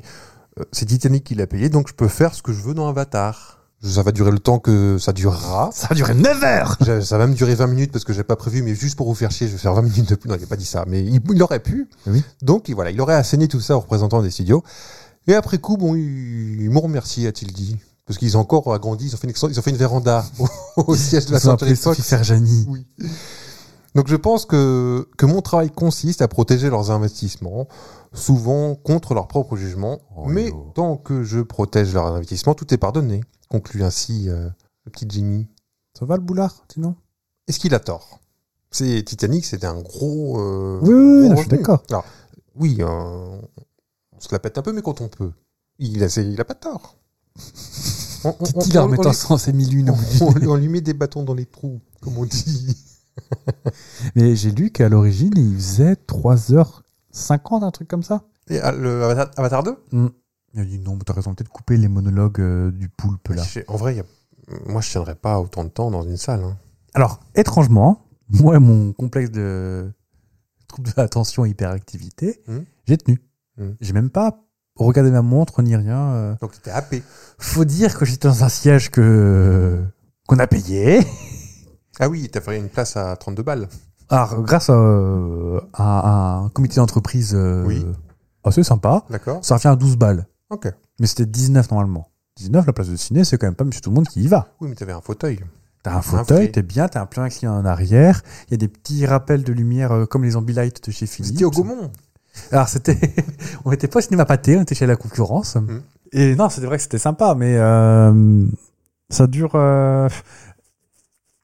[SPEAKER 1] euh, c'est Titanic qui l'a payé, donc je peux faire ce que je veux dans Avatar. Ça va durer le temps que ça durera.
[SPEAKER 3] Ça a duré 9 heures
[SPEAKER 1] J'ai- ça va me durer 20 minutes parce que j'ai pas prévu, mais juste pour vous faire chier, je vais faire 20 minutes de plus. Non, il a pas dit ça, mais il, il aurait pu.
[SPEAKER 3] Oui.
[SPEAKER 1] Donc il- voilà, il aurait asséné tout ça aux représentants des studios. Et après coup, bon, ils, ils m'ont remercié, a-t-il dit. Parce qu'ils ont encore agrandi, ils ont fait une, extension- ils ont fait une véranda au, au siège de la
[SPEAKER 3] Ils ont appelé
[SPEAKER 1] Century
[SPEAKER 3] Sophie
[SPEAKER 1] Fox.
[SPEAKER 3] Ferjani.
[SPEAKER 1] Oui. Donc je pense que, que mon travail consiste à protéger leurs investissements, souvent contre leur propre jugement.
[SPEAKER 3] Oh,
[SPEAKER 1] mais
[SPEAKER 3] yo.
[SPEAKER 1] tant que je protège leurs investissements, tout est pardonné. Conclut ainsi euh, le petit Jimmy.
[SPEAKER 3] Ça va le boulard, sinon
[SPEAKER 1] Est-ce qu'il a tort C'est Titanic, c'était un gros. euh,
[SPEAKER 3] Oui, oui, oui,
[SPEAKER 1] gros
[SPEAKER 3] non, je suis
[SPEAKER 1] revenu.
[SPEAKER 3] d'accord.
[SPEAKER 1] Alors, oui, euh, on se la pète un peu, mais quand on peut. Il a, c'est- il a pas tort. On, on- on-
[SPEAKER 3] Titi la
[SPEAKER 1] on-
[SPEAKER 3] remettant
[SPEAKER 1] on-
[SPEAKER 3] sans ses mille une. au bout du
[SPEAKER 1] on-
[SPEAKER 3] nez.
[SPEAKER 1] on lui met des bâtons dans les trous, comme on dit.
[SPEAKER 3] Mais j'ai lu qu'à l'origine, il faisait 3h50, un truc comme ça.
[SPEAKER 1] Et, ah, le Avatar, Avatar 2
[SPEAKER 3] Il a dit non, mais t'as raison, peut-être couper les monologues euh, du poulpe là.
[SPEAKER 1] Je sais- En vrai, il y a- moi, je tiendrais pas autant de temps dans une salle. hein.
[SPEAKER 3] Alors, étrangement, moi, et mon complexe de trouble de l'attention et hyperactivité,
[SPEAKER 1] Mhm.
[SPEAKER 3] j'ai tenu.
[SPEAKER 1] Mhm.
[SPEAKER 3] J'ai même pas regardé ma montre ni rien. euh.
[SPEAKER 1] Donc, t'étais happé.
[SPEAKER 3] Faut dire que j'étais dans un siège que qu'on a payé.
[SPEAKER 1] Ah oui, t'as fait une place à 32 balles.
[SPEAKER 3] Alors, Ah, grâce à, euh, à un comité d'entreprise euh,
[SPEAKER 1] Oui.
[SPEAKER 3] assez sympa,
[SPEAKER 1] D'accord
[SPEAKER 3] ça revient à 12 balles.
[SPEAKER 1] Ok.
[SPEAKER 3] Mais c'était 19 normalement. 19, la place de ciné, c'est quand même pas monsieur tout le monde qui y va.
[SPEAKER 1] Oui, mais t'avais un fauteuil.
[SPEAKER 3] T'as un
[SPEAKER 1] vrai.
[SPEAKER 3] fauteuil, t'es bien, t'as un plein client en arrière, il y a des petits rappels de lumière euh, comme les Ambilight de chez Philips.
[SPEAKER 1] C'était au Gaumont.
[SPEAKER 3] Alors c'était, on était pas au cinéma pâté, on était chez la concurrence.
[SPEAKER 1] Hmm.
[SPEAKER 3] Et non, c'était vrai que c'était sympa, mais euh, ça dure. euh,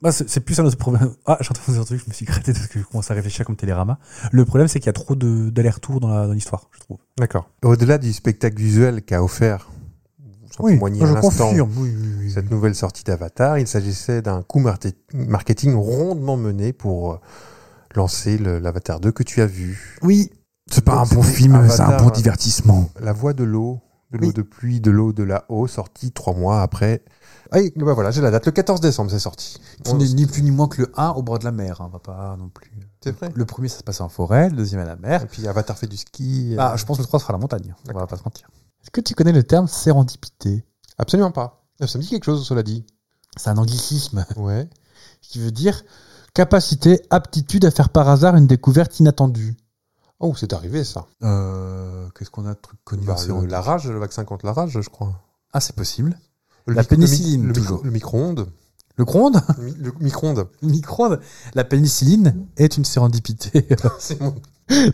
[SPEAKER 3] moi, c'est c'est plus un autre problème. Ah, j'ai entendu un truc, je me suis gratté parce que je commence à réfléchir comme Télérama. Le problème, c'est qu'il y a trop de- d'aller-retour dans la- dans l'histoire, je trouve.
[SPEAKER 1] D'accord. Au-delà du spectacle visuel qu'a offert, vous en témoignez à
[SPEAKER 3] Ah, je
[SPEAKER 1] l'instant,
[SPEAKER 3] confirme. Oui, oui, oui.
[SPEAKER 1] cette nouvelle sortie d'Avatar, il s'agissait d'un coup marti- marketing rondement mené pour euh, lancer le- l'Avatar 2 que tu as vu.
[SPEAKER 3] Oui, c'est pas
[SPEAKER 1] Donc,
[SPEAKER 3] un bon
[SPEAKER 1] c'était
[SPEAKER 3] film, c'est un
[SPEAKER 1] Avatar. euh,
[SPEAKER 3] bon divertissement.
[SPEAKER 1] La voix de l'eau de
[SPEAKER 3] Oui.
[SPEAKER 1] l'eau de pluie, de l'eau de la haut, sorti trois mois après. Ah, et- bah voilà, j'ai la date. Le 14 décembre, c'est sorti.
[SPEAKER 3] Qui n'est ni plus ni moins que le 1 au bord de la mer. hein, on va pas non plus.
[SPEAKER 1] C'est vrai.
[SPEAKER 3] Le premier, ça se passait en forêt, le deuxième à la mer.
[SPEAKER 1] Et puis Avatar fait du ski. euh,
[SPEAKER 3] Ah, je pense que le 3 sera à la montagne. On va
[SPEAKER 1] D'accord.
[SPEAKER 3] pas se mentir. Est-ce que tu connais le terme sérendipité
[SPEAKER 1] Absolument pas. Ça me dit quelque chose, cela dit.
[SPEAKER 3] C'est un anglicisme
[SPEAKER 1] Ouais.
[SPEAKER 3] qui veut dire capacité, aptitude à faire par hasard une découverte inattendue.
[SPEAKER 1] Oh, c'est arrivé ça.
[SPEAKER 3] Euh, Qu'est-ce qu'on a de truc connu
[SPEAKER 1] Bah,
[SPEAKER 3] en
[SPEAKER 1] le-
[SPEAKER 3] sérondi-
[SPEAKER 1] la rage, le vaccin contre la rage, je crois.
[SPEAKER 3] Ah, c'est possible.
[SPEAKER 1] Le
[SPEAKER 3] La
[SPEAKER 1] micro- le mi-
[SPEAKER 3] pénicilline,
[SPEAKER 1] le, micro-
[SPEAKER 3] toujours.
[SPEAKER 1] le micro-ondes.
[SPEAKER 3] Le cronde
[SPEAKER 1] Le mi- le micro-ondes.
[SPEAKER 3] Le micro-ondes La pénicilline est une sérendipité.
[SPEAKER 1] C'est mon-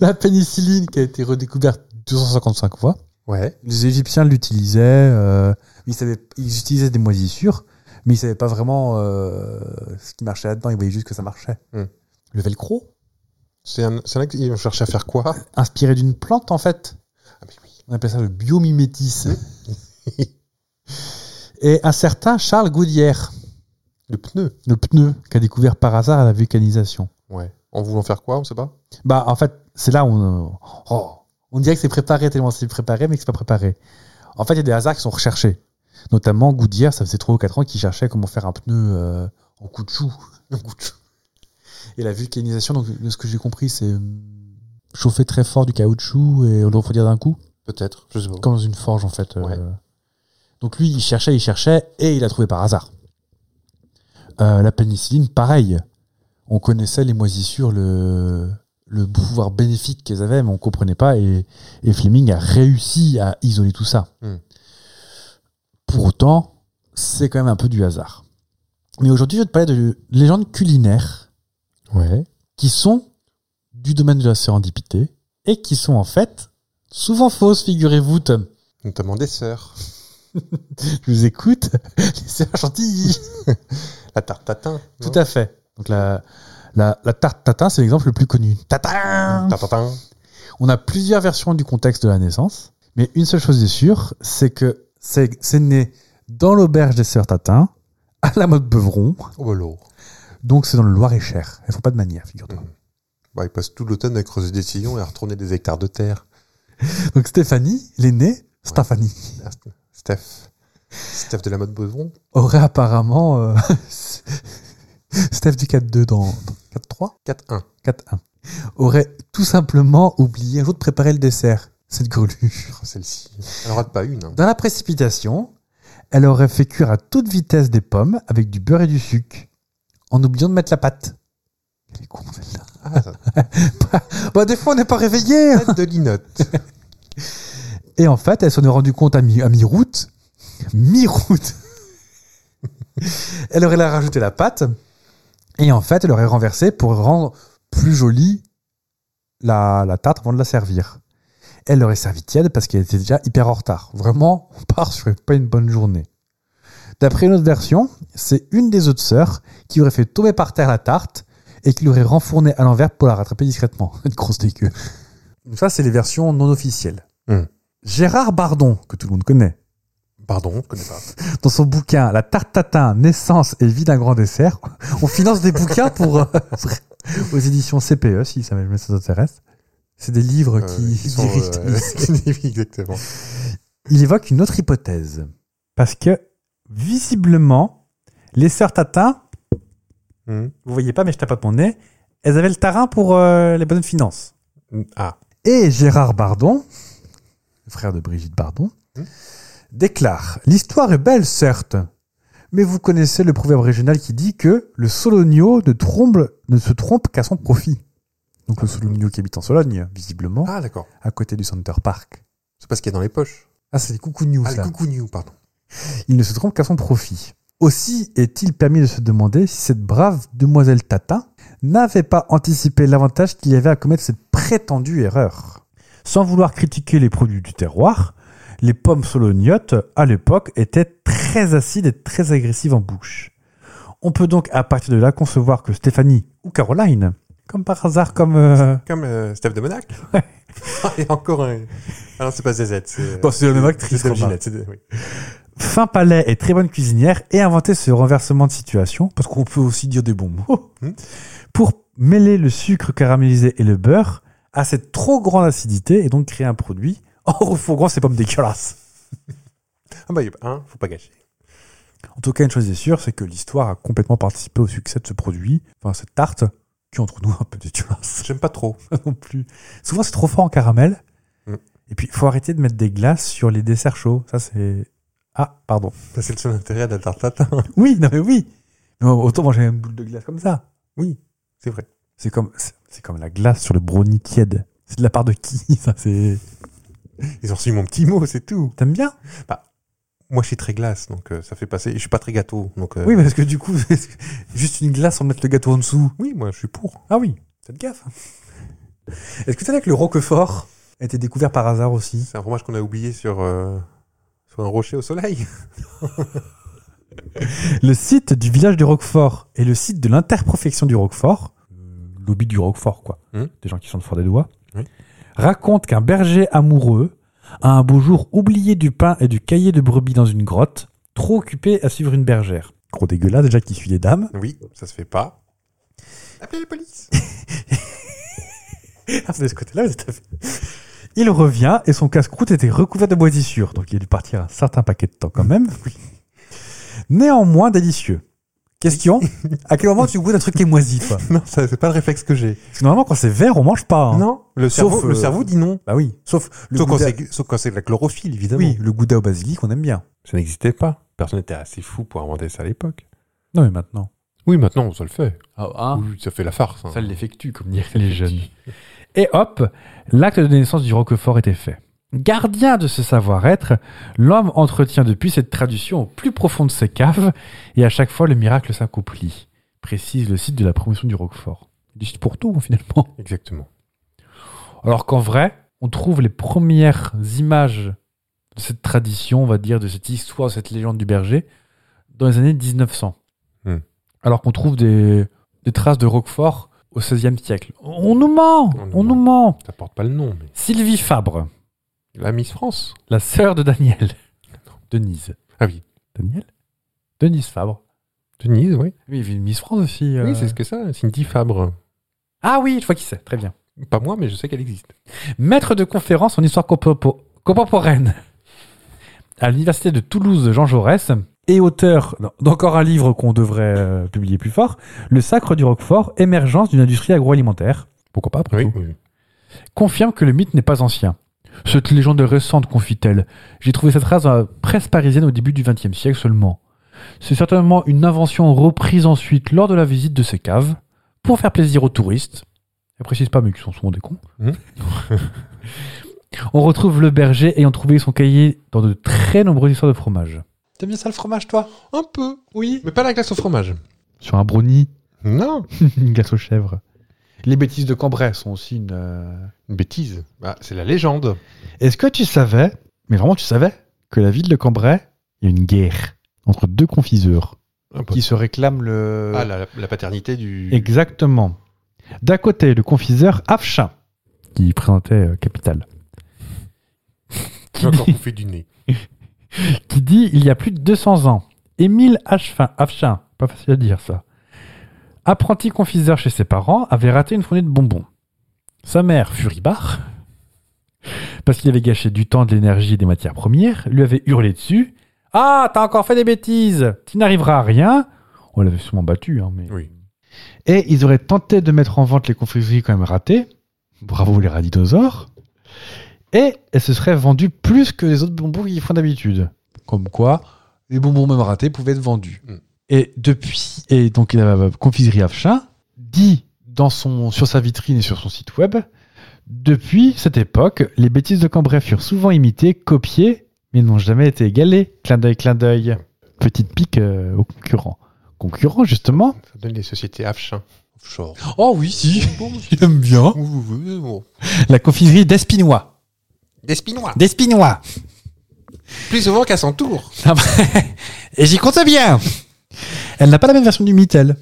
[SPEAKER 3] la pénicilline qui a été redécouverte 255 fois.
[SPEAKER 1] Ouais.
[SPEAKER 3] Les Égyptiens l'utilisaient, euh, ils, savaient- ils utilisaient des moisissures, mais ils savaient pas vraiment euh, ce qui marchait là-dedans, ils voyaient juste que ça marchait.
[SPEAKER 1] Hmm.
[SPEAKER 3] Le velcro,
[SPEAKER 1] C'est un, c'est un acte- ils ont cherché à faire quoi
[SPEAKER 3] inspiré d'une plante en fait,
[SPEAKER 1] Ah, mais oui.
[SPEAKER 3] on appelle ça le biomimétisme. Et un certain Charles Goodyear,
[SPEAKER 1] Le pneu.
[SPEAKER 3] le pneu qu'a découvert par hasard à la vulcanisation.
[SPEAKER 1] Ouais. En voulant faire quoi, on sait pas
[SPEAKER 3] Bah, en fait, c'est là où on, oh, on dirait que c'est préparé tellement c'est préparé, mais que c'est pas préparé. En fait, il y a des hasards qui sont recherchés. Notamment, Goodyear, ça faisait 3 ou 4 ans qu'il cherchait comment faire un pneu euh, en caoutchouc. En caoutchouc. Et la vulcanisation, donc, de ce que j'ai compris, c'est euh, chauffer très fort du caoutchouc et le refroidir d'un coup.
[SPEAKER 1] Peut-être, je sais pas.
[SPEAKER 3] Comme dans une forge, en fait. euh.
[SPEAKER 1] Ouais.
[SPEAKER 3] Donc lui, il cherchait, il cherchait, et il a trouvé par hasard. Euh, la pénicilline, pareil. On connaissait les moisissures, le, le pouvoir bénéfique qu'elles avaient, mais on comprenait pas. Et, et Fleming a réussi à isoler tout ça.
[SPEAKER 1] Hmm.
[SPEAKER 3] Pour autant, c'est quand même un peu du hasard. Mais aujourd'hui, je vais te parler de légendes culinaires
[SPEAKER 1] Ouais.
[SPEAKER 3] qui sont du domaine de la sérendipité et qui sont en fait souvent fausses, figurez-vous, Tom.
[SPEAKER 1] Notamment des sœurs.
[SPEAKER 3] Je vous écoute. C'est la chantilly.
[SPEAKER 1] La tarte tatin.
[SPEAKER 3] Tout à fait. Donc la, la, la tarte tatin, c'est l'exemple le plus connu. Tatin
[SPEAKER 1] Tarte tatin.
[SPEAKER 3] On a plusieurs versions du contexte de la naissance, mais une seule chose est sûre, c'est que c'est c'est né dans l'auberge des sœurs Tatin, à la mode Beuvron,
[SPEAKER 1] Oh, bah, lourd.
[SPEAKER 3] donc c'est dans le Loir-et-Cher. Elles font pas de manière, figure-toi.
[SPEAKER 1] Bah, ils passent tout l'automne à creuser des sillons et à retourner des hectares de terre.
[SPEAKER 3] Donc Stéphanie, l'aînée, Stéphanie,
[SPEAKER 1] Ah, Steph. Steph de la mode Beuvron.
[SPEAKER 3] aurait apparemment euh, Steph du 4-2 dans, dans 4-3
[SPEAKER 1] 4-1.
[SPEAKER 3] 4-1, aurait tout simplement oublié un jour de préparer le dessert, cette grelure.
[SPEAKER 1] Oh, Celle-ci. Elle en rate pas une. hein.
[SPEAKER 3] Dans la précipitation, elle aurait fait cuire à toute vitesse des pommes avec du beurre et du sucre, en oubliant de mettre la pâte. Elle est con, celle-là.
[SPEAKER 1] Ah, ça-
[SPEAKER 3] Bah, des fois, on n'est pas réveillé hein.
[SPEAKER 1] tête de linotte.
[SPEAKER 3] Et en fait, elle s'en est rendue compte à mi- à mi-route. Mi-route Elle aurait là rajouté la pâte. Et en fait, elle aurait renversé pour rendre plus jolie la, la tarte avant de la servir. Elle l'aurait servi tiède parce qu'elle était déjà hyper en retard. Vraiment, on part sur pas une bonne journée. D'après une autre version, c'est une des autres sœurs qui aurait fait tomber par terre la tarte et qui l'aurait renfournée à l'envers pour la rattraper discrètement. Une grosse dégueu.
[SPEAKER 5] Donc ça, c'est les versions non officielles.
[SPEAKER 1] Hmm.
[SPEAKER 5] Gérard Bardon, que tout le monde connaît,
[SPEAKER 1] Pardon, je connais pas.
[SPEAKER 5] dans son bouquin La tarte tatin, naissance et vie d'un grand dessert, on finance des bouquins pour euh, aux éditions CPE, si ça jamais ça t'intéresse. C'est des livres
[SPEAKER 1] Euh,
[SPEAKER 5] qui,
[SPEAKER 1] qui sont,
[SPEAKER 5] dirigent-
[SPEAKER 1] euh, qui- exactement.
[SPEAKER 5] Il évoque une autre hypothèse. Parce que, visiblement, les sœurs tatin,
[SPEAKER 1] Hum.
[SPEAKER 5] vous voyez pas, mais je tape à mon nez, elles avaient le tarin pour euh, les bonnes finances.
[SPEAKER 1] Ah.
[SPEAKER 5] Et Gérard Bardon, le frère de Brigitte Bardon,
[SPEAKER 1] Hmm.
[SPEAKER 5] déclare L'histoire est belle, certes, mais vous connaissez le proverbe régional qui dit que le Sologno ne, tromble- ne se trompe qu'à son profit. Donc le Sologno qui habite en Sologne, visiblement,
[SPEAKER 1] Ah, d'accord.
[SPEAKER 5] à côté du Center Park.
[SPEAKER 1] C'est pas ce qu'il y a dans les poches.
[SPEAKER 5] Ah, c'est les coucou news,
[SPEAKER 1] Ah, le
[SPEAKER 5] là.
[SPEAKER 1] coucou new, pardon.
[SPEAKER 5] Il ne se trompe qu'à son profit. Aussi est-il permis de se demander si cette brave demoiselle Tatin n'avait pas anticipé l'avantage qu'il y avait à commettre cette prétendue erreur. Sans vouloir critiquer les produits du terroir, les pommes solognotes, à l'époque, étaient très acides et très agressives en bouche. On peut donc à partir de là concevoir que Stéphanie ou Caroline, comme par hasard, comme... euh,
[SPEAKER 1] Comme euh, Steph de Monac. Et encore un. Ah non, c'est pas ZZ.
[SPEAKER 3] Bah,
[SPEAKER 1] C'est euh,
[SPEAKER 5] Bon, Bah, c'est la même actrice,
[SPEAKER 1] C'est Dame
[SPEAKER 5] Robin.
[SPEAKER 1] Ginette, c'est- oui.
[SPEAKER 5] fin palais et très bonne cuisinière et inventer ce renversement de situation, parce qu'on peut aussi dire des bons mots,
[SPEAKER 1] Hmm.
[SPEAKER 5] pour mêler le sucre caramélisé et le beurre à cette trop grande acidité et donc créer un produit en refourguant ces pommes dégueulasses.
[SPEAKER 1] Ah bah, il y a un, faut pas gâcher.
[SPEAKER 6] En tout cas, une chose est sûre, c'est que l'histoire a complètement participé au succès de ce produit, enfin cette tarte, qui entre nous est un peu dégueulasse
[SPEAKER 1] J'aime pas trop.
[SPEAKER 6] non plus. Souvent, c'est trop fort en caramel.
[SPEAKER 1] Mm.
[SPEAKER 6] Et puis, il faut arrêter de mettre des glaces sur les desserts chauds. Ça, c'est. Ah, pardon.
[SPEAKER 1] Ça, c'est le seul intérêt de la tarte tatin.
[SPEAKER 6] Oui, non, mais oui. Mais autant manger une boule de glace comme ça.
[SPEAKER 1] Oui, c'est vrai.
[SPEAKER 6] C'est comme, c'est c'est comme la glace sur le brownie tiède. C'est de la part de qui ça c'est...
[SPEAKER 1] Ils ont reçu mon petit mot, c'est tout.
[SPEAKER 6] T'aimes bien
[SPEAKER 1] Moi, je suis très glace, donc euh, ça fait passer. Je suis pas très gâteau, donc. euh,
[SPEAKER 6] Oui, parce que du coup, est-ce que- juste une glace sans mettre le gâteau en dessous.
[SPEAKER 1] Oui, moi, je suis pour.
[SPEAKER 6] Ah oui, faites gaffe. Est-ce que tu savais que le Roquefort a été découvert par hasard aussi
[SPEAKER 1] C'est un fromage qu'on a oublié sur, euh, sur un rocher au soleil.
[SPEAKER 6] Le site du village du Roquefort et le site de l'interprofection du Roquefort, euh,
[SPEAKER 7] lobby du Roquefort, quoi.
[SPEAKER 1] Hmm.
[SPEAKER 7] Des gens qui sont de fort des doigts.
[SPEAKER 1] Oui.
[SPEAKER 7] Raconte qu'un berger amoureux a un beau jour oublié du pain et du cahier de brebis dans une grotte, trop occupé à suivre une bergère.
[SPEAKER 6] gros dégueulasse déjà qui suit les dames,
[SPEAKER 1] Oui, ça se fait pas. Appelez la police.
[SPEAKER 6] Ah, de ce côté-là, vous êtes à fait. Il revient et son casse-croûte était recouvert de moisissures, donc il a dû partir un certain paquet de temps quand même. Néanmoins délicieux. Question à quel moment tu goûtes un truc qui est moisi, toi
[SPEAKER 1] non, ça, c'est pas le réflexe que j'ai.
[SPEAKER 6] Parce que normalement, quand c'est vert, on mange pas. hein.
[SPEAKER 1] Non, le
[SPEAKER 6] Sauf,
[SPEAKER 1] cerveau, le
[SPEAKER 6] euh,
[SPEAKER 1] cerveau dit non.
[SPEAKER 6] Bah oui, sauf le
[SPEAKER 1] Sauf quand,
[SPEAKER 6] gouda-
[SPEAKER 1] c'est, sauf quand c'est de la chlorophylle, évidemment.
[SPEAKER 6] oui, le gouda au basilic, on aime bien.
[SPEAKER 1] Ça n'existait pas. Personne n'était assez fou pour inventer ça à l'époque.
[SPEAKER 7] Non, mais maintenant.
[SPEAKER 1] Oui, maintenant, ça le fait.
[SPEAKER 8] Ah, hein,
[SPEAKER 1] Oui, ça fait la farce. hein.
[SPEAKER 8] ça l'effectue, comme diraient les jeunes. Et hop, l'acte de naissance du Roquefort était fait.
[SPEAKER 3] Gardien de ce savoir-être, l'homme entretient depuis cette tradition au plus profond de ses caves, et à chaque fois le miracle s'accomplit, précise le site de la promotion du Roquefort. Du site pour tout, finalement.
[SPEAKER 1] Exactement.
[SPEAKER 3] Alors qu'en vrai, on trouve les premières images de cette tradition, on va dire, de cette histoire, de cette légende du berger, dans les années 1900.
[SPEAKER 1] Hmm.
[SPEAKER 3] Alors qu'on trouve des, des traces de Roquefort au XVIe siècle. On nous ment
[SPEAKER 1] On
[SPEAKER 3] On,
[SPEAKER 1] nous
[SPEAKER 3] nous ment
[SPEAKER 1] Ça porte pas le nom, mais.
[SPEAKER 3] Sylvie Fabre,
[SPEAKER 1] La Miss France.
[SPEAKER 3] la sœur de Daniel. Denise.
[SPEAKER 1] Ah oui.
[SPEAKER 3] Daniel Denise Fabre.
[SPEAKER 1] Denise, oui.
[SPEAKER 3] Oui, il y avait une Miss France aussi. euh.
[SPEAKER 1] Oui, c'est ce que ça, Cindy Fabre.
[SPEAKER 3] Ah oui, je vois qui c'est. Très bien.
[SPEAKER 1] Pas moi, mais je sais qu'elle existe.
[SPEAKER 3] maître de conférence en histoire compo- contemporaine à l'université de Toulouse Jean Jaurès.
[SPEAKER 7] Et auteur non, d'encore un livre qu'on devrait euh, publier plus fort, Le Sacre du Roquefort, émergence d'une industrie agroalimentaire.
[SPEAKER 3] Pourquoi pas après
[SPEAKER 1] Oui.
[SPEAKER 3] tout Confirme que le mythe n'est pas ancien. Cette légende est récente, confie-t-elle. J'ai trouvé cette phrase dans la presse parisienne au début du XXe siècle seulement. C'est certainement une invention reprise ensuite lors de la visite de ces caves pour faire plaisir aux touristes. Je précise pas, mais qui sont souvent des cons.
[SPEAKER 1] Mmh.
[SPEAKER 3] On retrouve le berger ayant trouvé son cahier dans de très nombreuses histoires de fromage.
[SPEAKER 1] T'aimes bien ça le fromage, toi Un peu, oui. Mais pas la glace au fromage.
[SPEAKER 3] Sur un brownie
[SPEAKER 1] Non.
[SPEAKER 3] une glace aux chèvres. Les bêtises de Cambrai sont aussi une. euh,
[SPEAKER 1] Une bêtise. Bah, c'est la légende.
[SPEAKER 3] Est-ce que tu savais, mais vraiment tu savais, que la ville de Cambrai, il y a une guerre entre deux confiseurs qui se réclament le.
[SPEAKER 1] Ah, la, la paternité du.
[SPEAKER 3] Exactement. D'un côté, le confiseur Afcha, qui présentait euh, Capital,
[SPEAKER 1] J'ai encore bouffé du nez.
[SPEAKER 3] qui dit il y a plus de 200 ans, Émile Afcha, Afcha, pas facile à dire ça, apprenti confiseur chez ses parents, avait raté une fournée de bonbons. Sa mère, Furibard, parce qu'il avait gâché du temps, de l'énergie et des matières premières, lui avait hurlé dessus Ah, t'as encore fait des bêtises Tu n'arriveras à rien On l'avait sûrement battu, hein, mais.
[SPEAKER 1] Oui.
[SPEAKER 3] Et ils auraient tenté de mettre en vente les confiseries quand même ratées. Bravo les radinosaures. Et elles se seraient vendues plus que les autres bonbons qu'ils font d'habitude.
[SPEAKER 8] Comme quoi, les bonbons même ratés pouvaient être vendus.
[SPEAKER 3] Mm. Et depuis, et donc la confiserie Afchin dit dans son, sur sa vitrine et sur son site web, depuis cette époque, les bêtises de Cambrai furent souvent imitées, copiées, mais n'ont jamais été égalées. Clin d'œil, clin d'œil. Petite pique euh, aux concurrents. Concurrents, justement.
[SPEAKER 1] Ça donne des sociétés Afchin. Offshore.
[SPEAKER 8] Oh oui, si, j'aime bien.
[SPEAKER 1] Oh.
[SPEAKER 3] La confiserie d'Espinois.
[SPEAKER 1] D'Espinois.
[SPEAKER 3] D'Espinois.
[SPEAKER 1] Plus souvent qu'à son tour.
[SPEAKER 3] Et j'y compte bien Elle n'a pas la même version du Mytel.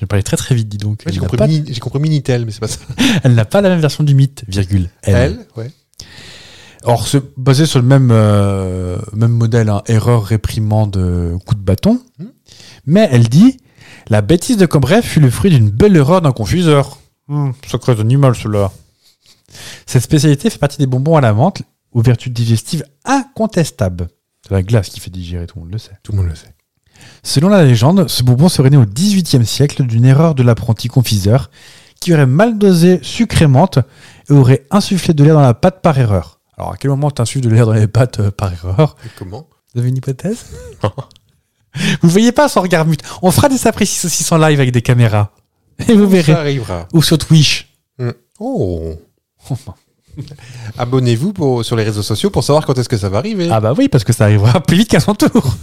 [SPEAKER 3] Je parlais très très vite, dis donc.
[SPEAKER 1] J'ai
[SPEAKER 3] elle n'a
[SPEAKER 1] compris,
[SPEAKER 3] pas,
[SPEAKER 1] mini- j'ai compris Minitel, mais c'est pas ça.
[SPEAKER 3] elle n'a pas la même version du mythe, virgule. Elle.
[SPEAKER 1] Elle, ouais.
[SPEAKER 8] Or, c'est basé sur le même, euh, même modèle, hein, erreur, réprimande, euh, coup de bâton.
[SPEAKER 1] Hmm.
[SPEAKER 8] Mais elle dit La bêtise de Cambrai fut le fruit d'une belle erreur d'un confuseur. Hmm, sacré animal, cela.
[SPEAKER 3] Cette spécialité fait partie des bonbons à la menthe aux vertus digestives incontestables. C'est la glace qui fait digérer, tout le monde le sait.
[SPEAKER 1] Tout le monde le sait.
[SPEAKER 3] Selon la légende, ce bonbon serait né au XVIIIe siècle d'une erreur de l'apprenti confiseur qui aurait mal dosé sucre et menthe et aurait insufflé de l'air dans la pâte par erreur. Alors à quel moment t'insuffles de l'air dans les pâtes euh, par erreur
[SPEAKER 1] Et comment
[SPEAKER 3] Vous avez une hypothèse Vous voyez pas son regard mute. On fera des saprécis aussi en live avec des caméras. Et vous
[SPEAKER 1] Ça
[SPEAKER 3] verrez.
[SPEAKER 1] arrivera.
[SPEAKER 3] Ou sur Twitch.
[SPEAKER 1] Oh Abonnez-vous pour- sur les réseaux sociaux pour savoir quand est-ce que ça va arriver.
[SPEAKER 3] Ah bah oui, parce que ça arrivera plus vite qu'à son tour.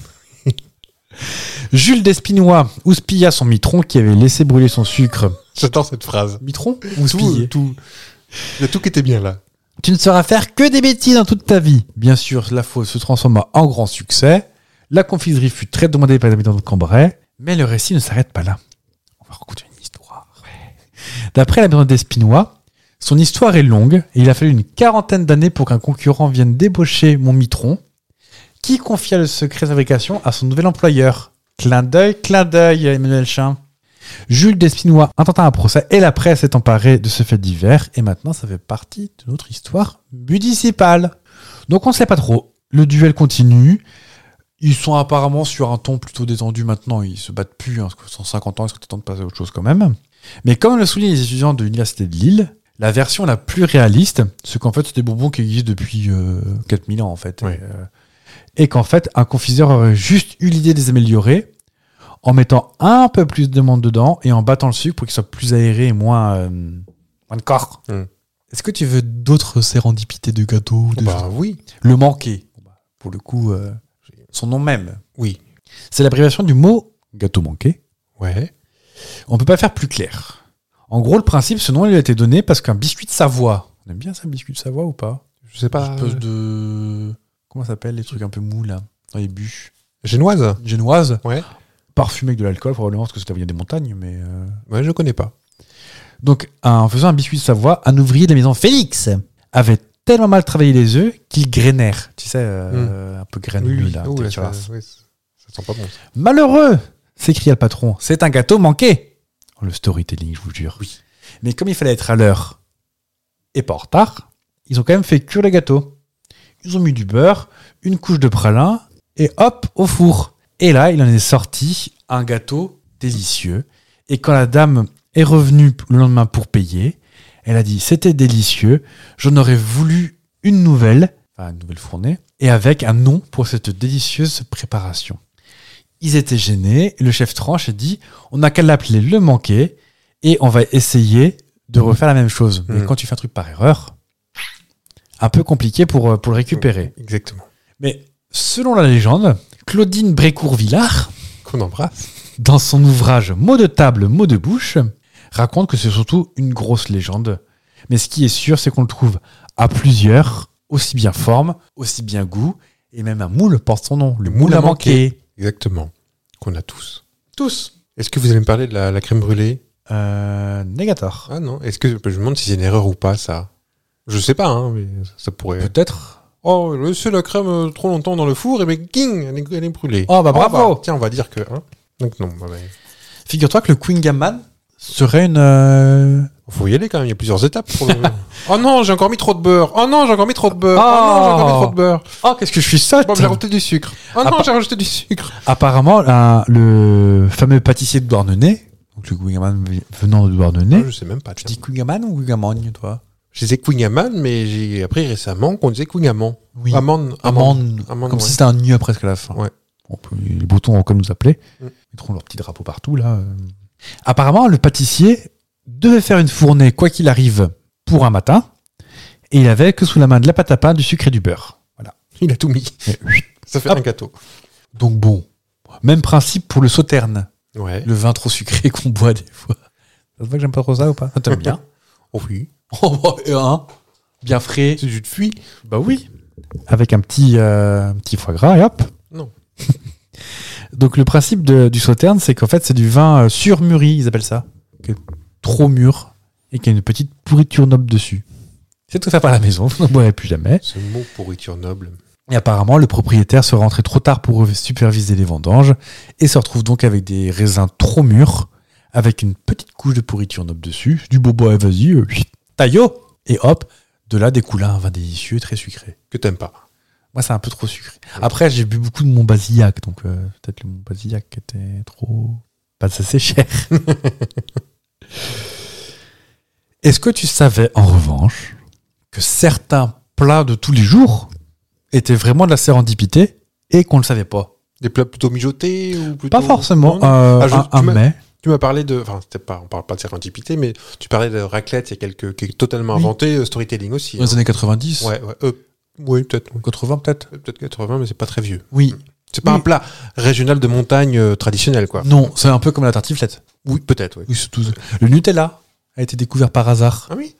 [SPEAKER 3] Jules Despinois houspilla son mitron qui avait laissé brûler son sucre.
[SPEAKER 1] J'attends cette phrase.
[SPEAKER 3] Mitron
[SPEAKER 1] Tout,
[SPEAKER 3] Houspillé.
[SPEAKER 1] tout. Il y a tout qui était bien là.
[SPEAKER 3] Tu ne sauras faire que des bêtises dans toute ta vie. Bien sûr, la fausse se transforma en grand succès. La confiserie fut très demandée par les habitants de Cambrai. Mais le récit ne s'arrête pas là. On va raconter une histoire. D'après la maison d'Espinois, son histoire est longue et il a fallu une quarantaine d'années pour qu'un concurrent vienne débaucher mon mitron, qui confia le secret de fabrication à son nouvel employeur. Clin d'œil, clin d'œil, Emmanuel Chin. Jules Despinois intenta un procès et la presse s'est emparée de ce fait divers et maintenant ça fait partie de notre histoire municipale. Donc on ne sait pas trop. Le duel continue. Ils sont apparemment sur un ton plutôt détendu maintenant. Ils se battent plus. Hein, parce que 150 ans, ils sont contents de passer à autre chose quand même. Mais comme le soulignent les étudiants de l'université de Lille, la version la plus réaliste, c'est qu'en fait c'est des bonbons qui existent depuis euh, 4000 ans en fait.
[SPEAKER 1] Oui.
[SPEAKER 3] Et, euh, et qu'en fait un confiseur aurait juste eu l'idée de les améliorer en mettant un peu plus de menthe dedans et en battant le sucre pour qu'il soit plus aéré et moins, euh, moins de corps.
[SPEAKER 1] Mm.
[SPEAKER 3] Est-ce que tu veux d'autres sérendipités de gâteaux de
[SPEAKER 1] Bah oui.
[SPEAKER 3] Le manquer. Bon, bah, Pour le coup, euh, son nom même.
[SPEAKER 1] Oui.
[SPEAKER 3] C'est l'abréviation du mot gâteau manqué.
[SPEAKER 1] Ouais.
[SPEAKER 3] On peut pas faire plus clair. En gros, le principe, ce nom il a été donné parce qu'un biscuit de Savoie. On aime bien ça, le biscuit de Savoie ou pas
[SPEAKER 1] Je sais pas.
[SPEAKER 3] Je pose de. Comment ça s'appelle les trucs un peu mous là Dans les bûches.
[SPEAKER 1] Génoise
[SPEAKER 3] Génoise.
[SPEAKER 1] Ouais.
[SPEAKER 3] Parfumé avec de l'alcool, probablement parce que c'était vient des montagnes, mais. euh,
[SPEAKER 1] Ouais, je connais pas.
[SPEAKER 3] Donc, en faisant un biscuit de Savoie, un ouvrier de la maison Félix avait tellement mal travaillé les œufs qu'ils grainèrent. Tu sais, euh, un peu graineux, là.
[SPEAKER 1] Oh, là, ça,
[SPEAKER 3] dégueulasse.
[SPEAKER 1] Hmm. oui, ça ça sent pas bon. ça.
[SPEAKER 3] Malheureux s'écria le patron. C'est un gâteau manqué Oh, Le storytelling, je vous jure. Mais comme il fallait être à l'heure et pas en retard, ils ont quand même fait cuire le gâteau. Ils ont mis du beurre, une couche de pralin et hop, au four. Et là, il en est sorti un gâteau délicieux. Et quand la dame est revenue le lendemain pour payer, elle a dit C'était délicieux, j'en aurais voulu une nouvelle, enfin une nouvelle fournée, et avec un nom pour cette délicieuse préparation. Ils étaient gênés. Le chef tranche et dit on n'a qu'à l'appeler le manqué et on va essayer de refaire la même chose. Mais
[SPEAKER 1] Mhm.
[SPEAKER 3] quand tu fais un truc par erreur, un peu compliqué pour, euh, pour le récupérer.
[SPEAKER 1] Exactement.
[SPEAKER 3] Mais selon la légende, Claudine Brécourt-Villard,
[SPEAKER 1] Qu'on embrasse.
[SPEAKER 3] dans son ouvrage Mots de table, mots de bouche, raconte que c'est surtout une grosse légende. Mais ce qui est sûr, c'est qu'on le trouve à plusieurs, aussi bien forme, aussi bien goût, et même un moule porte son nom, le moule à manquer.
[SPEAKER 1] Exactement. Qu'on a tous.
[SPEAKER 3] Tous.
[SPEAKER 1] Est-ce que vous allez me parler de la, la crème brûlée
[SPEAKER 3] Euh, Négator.
[SPEAKER 1] Ah non. Est-ce que je me demande si c'est une erreur ou pas ça Je sais pas, hein, mais ça pourrait.
[SPEAKER 3] Euh, Peut-être.
[SPEAKER 1] Oh, laissez la crème euh, trop longtemps dans le four et mais ging, elle est, elle est brûlée. Ah
[SPEAKER 3] Oh, bah, bravo.
[SPEAKER 1] tiens, on va dire que. hein. Donc non, bah, bah,
[SPEAKER 3] Figure-toi que le Queen Gamman serait une. euh,
[SPEAKER 1] faut y aller quand même. Il y a plusieurs étapes. Pour le... oh non, j'ai encore mis trop de beurre. Oh non, j'ai encore mis trop de beurre. Oh, non, j'ai encore mis trop de beurre.
[SPEAKER 3] Oh, qu'est-ce que je suis sotte
[SPEAKER 1] Bon, j'ai rajouté du sucre. Oh
[SPEAKER 3] Ah,
[SPEAKER 1] non,
[SPEAKER 3] pas-
[SPEAKER 1] j'ai rajouté du sucre.
[SPEAKER 3] Apparemment, un- le fameux pâtissier de Douarnenez, donc le Queen Gamman venant de Douarnenez,
[SPEAKER 1] Ah, je sais même pas.
[SPEAKER 3] Hmm Tu
[SPEAKER 1] tiens.
[SPEAKER 3] dis Quingaman ou Quingamogne, toi
[SPEAKER 1] Je disais Quingaman, mais j'ai appris récemment qu'on disait Quingaman.
[SPEAKER 3] Oui.
[SPEAKER 1] Amande.
[SPEAKER 3] Amande.
[SPEAKER 1] Amande,
[SPEAKER 3] Comme
[SPEAKER 1] ouais.
[SPEAKER 3] si c'était un nu presque à la fin.
[SPEAKER 1] Ouais.
[SPEAKER 3] On peut- les boutons encore nous appeler.
[SPEAKER 1] Mm.
[SPEAKER 3] Ils mettront leur petit drapeau partout, là. euh. Apparemment, le pâtissier devait faire une fournée, quoi qu'il arrive, pour un matin. Et il avait que sous la main de la pâte à pain, du sucre et du beurre. Voilà.
[SPEAKER 1] Il a tout mis.
[SPEAKER 3] Et-
[SPEAKER 1] Ça fait
[SPEAKER 3] Hop.
[SPEAKER 1] un gâteau.
[SPEAKER 3] Donc bon. Même principe pour le sauterne.
[SPEAKER 1] Ouais.
[SPEAKER 3] Le vin trop sucré qu'on boit des fois. Ça se voit que j'aime pas trop ça ou pas T'aimes bien
[SPEAKER 1] Oh oui.
[SPEAKER 3] Oh, bah, et un. Bien frais.
[SPEAKER 1] C'est du de fuit.
[SPEAKER 3] Bah oui. Avec un petit, euh, un petit foie gras et hop.
[SPEAKER 1] Non.
[SPEAKER 3] Donc le principe de- du sauterne, c'est qu'en fait, c'est du vin euh, surmûri, ils appellent ça. qui est trop mûr et qui a une petite pourriture noble dessus. C'est tout fait par la maison, vous n'en boirez plus jamais.
[SPEAKER 1] Ce mot pourriture noble.
[SPEAKER 3] Et apparemment, le propriétaire se rentré trop tard pour re- superviser les vendanges et se retrouve donc avec des raisins trop mûrs, avec une petite couche de pourriture noble dessus, du bobo, eh, vas-y, euh, chut, taillot Et hop, De là, des coulins, un vin délicieux, très sucré.
[SPEAKER 1] que t'aimes pas.
[SPEAKER 3] Moi, c'est un peu trop sucré. Après, j'ai bu beaucoup de Montbazillac, donc euh, peut-être le Montbazillac qui était trop. Pas assez cher. Est-ce que tu savais, en revanche, que certains plats de tous les jours étaient vraiment de la sérendipité et qu'on ne le savait pas
[SPEAKER 1] Des plats plutôt mijotés ou plutôt...
[SPEAKER 3] Pas forcément
[SPEAKER 1] Non, non.
[SPEAKER 3] euh,
[SPEAKER 1] Ah, je-
[SPEAKER 3] un-
[SPEAKER 1] tu
[SPEAKER 3] un,
[SPEAKER 1] m'as-
[SPEAKER 3] mets.
[SPEAKER 1] Tu m'as parlé de... Enfin, c'était pas, on parle pas de sérendipité, mais tu parlais de raclette, il y a quelques... qui est totalement
[SPEAKER 3] Oui.
[SPEAKER 1] inventé, euh, storytelling aussi.
[SPEAKER 3] Dans les
[SPEAKER 1] hein.
[SPEAKER 3] années 90
[SPEAKER 1] Ouais, ouais. euh, oui, peut-être. oui.
[SPEAKER 3] 80 peut-être
[SPEAKER 1] Peut-être 80, mais c'est pas très vieux.
[SPEAKER 3] Oui.
[SPEAKER 1] C'est pas
[SPEAKER 3] Oui.
[SPEAKER 1] un plat régional de montagne euh, traditionnel, quoi.
[SPEAKER 3] Non, c'est un peu comme la tartiflette.
[SPEAKER 1] Oui, peut-être, oui.
[SPEAKER 3] Oui, c'est tout- Le Nutella a été découvert par hasard.
[SPEAKER 1] Ah oui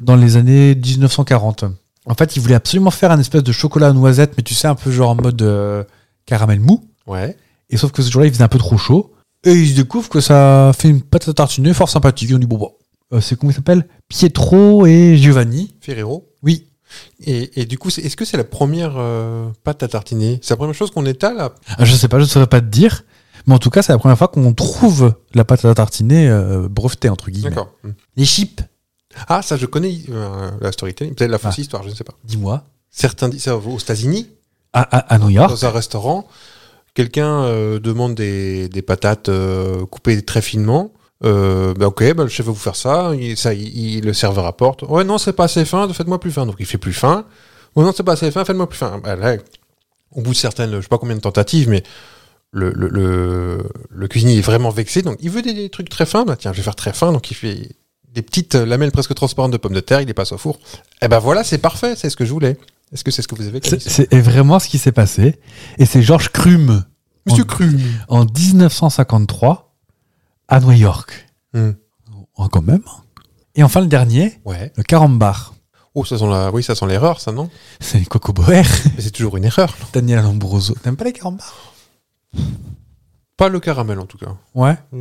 [SPEAKER 3] dans les années 1940. En fait, ils voulaient absolument faire un espèce de chocolat à noisette, mais tu sais, un peu genre en mode euh, caramel mou.
[SPEAKER 1] Ouais.
[SPEAKER 3] Et sauf que ce jour-là, il faisait un peu trop chaud. Et ils se découvrent que ça fait une pâte à tartiner fort sympathique. Ils ont dit, bon, bah, euh, c'est comment il s'appelle Pietro et Giovanni.
[SPEAKER 1] Ferrero.
[SPEAKER 3] Oui.
[SPEAKER 1] Et, et du coup, c'est- est-ce que c'est la première euh, pâte à tartiner C'est la première chose qu'on étale à-
[SPEAKER 3] Ah, Je sais pas, je ne saurais pas te dire. Mais en tout cas, c'est la première fois qu'on trouve la pâte à tartiner euh, brevetée, entre guillemets.
[SPEAKER 1] D'accord. Mm.
[SPEAKER 3] Les chips,
[SPEAKER 1] Ah, ça, je connais euh, la storytelling. Peut-être la
[SPEAKER 3] Ah.
[SPEAKER 1] fausse histoire, je ne sais pas.
[SPEAKER 3] dis-moi.
[SPEAKER 1] Certains disent ça aux États-Unis,
[SPEAKER 3] À, à, à New York.
[SPEAKER 1] dans un restaurant, quelqu'un euh, demande des, des patates euh, coupées très finement. Euh, ben ok, ben le chef va vous faire ça. Il, ça il, il- le serveur apporte. Ouais, non, c'est pas assez fin. Faites-moi plus fin. Donc il fait plus fin. Ouais, non, c'est pas assez fin. Faites-moi plus fin. Ben là, au bout de certaines, je sais pas combien de tentatives, mais le, le, le, le cuisinier est vraiment vexé. Donc il veut des, des trucs très fins. Ben tiens, je vais faire très fin. Donc il fait des petites euh, lamelles presque transparentes de pommes de terre. Il les passe au four. Et ben voilà, c'est parfait. C'est ce que je voulais. Est-ce que c'est ce que vous avez
[SPEAKER 3] C'est-
[SPEAKER 1] Calice
[SPEAKER 3] C'est vraiment ce qui s'est passé. Et c'est Georges Crume.
[SPEAKER 1] Monsieur
[SPEAKER 3] en-
[SPEAKER 1] Cru.
[SPEAKER 3] en 1953 à New York.
[SPEAKER 1] Hmm.
[SPEAKER 3] Oh, quand même. Et enfin le dernier,
[SPEAKER 1] Ouais.
[SPEAKER 3] le carambar.
[SPEAKER 1] Oh, ça sent la... Oui, ça sent l'erreur, ça, non
[SPEAKER 3] C'est les Coco Boer,
[SPEAKER 1] Mais c'est toujours une erreur. non
[SPEAKER 3] Daniel Lombroso. T'aimes pas les carambars
[SPEAKER 1] Pas le caramel, en tout cas.
[SPEAKER 3] Ouais.
[SPEAKER 1] C'est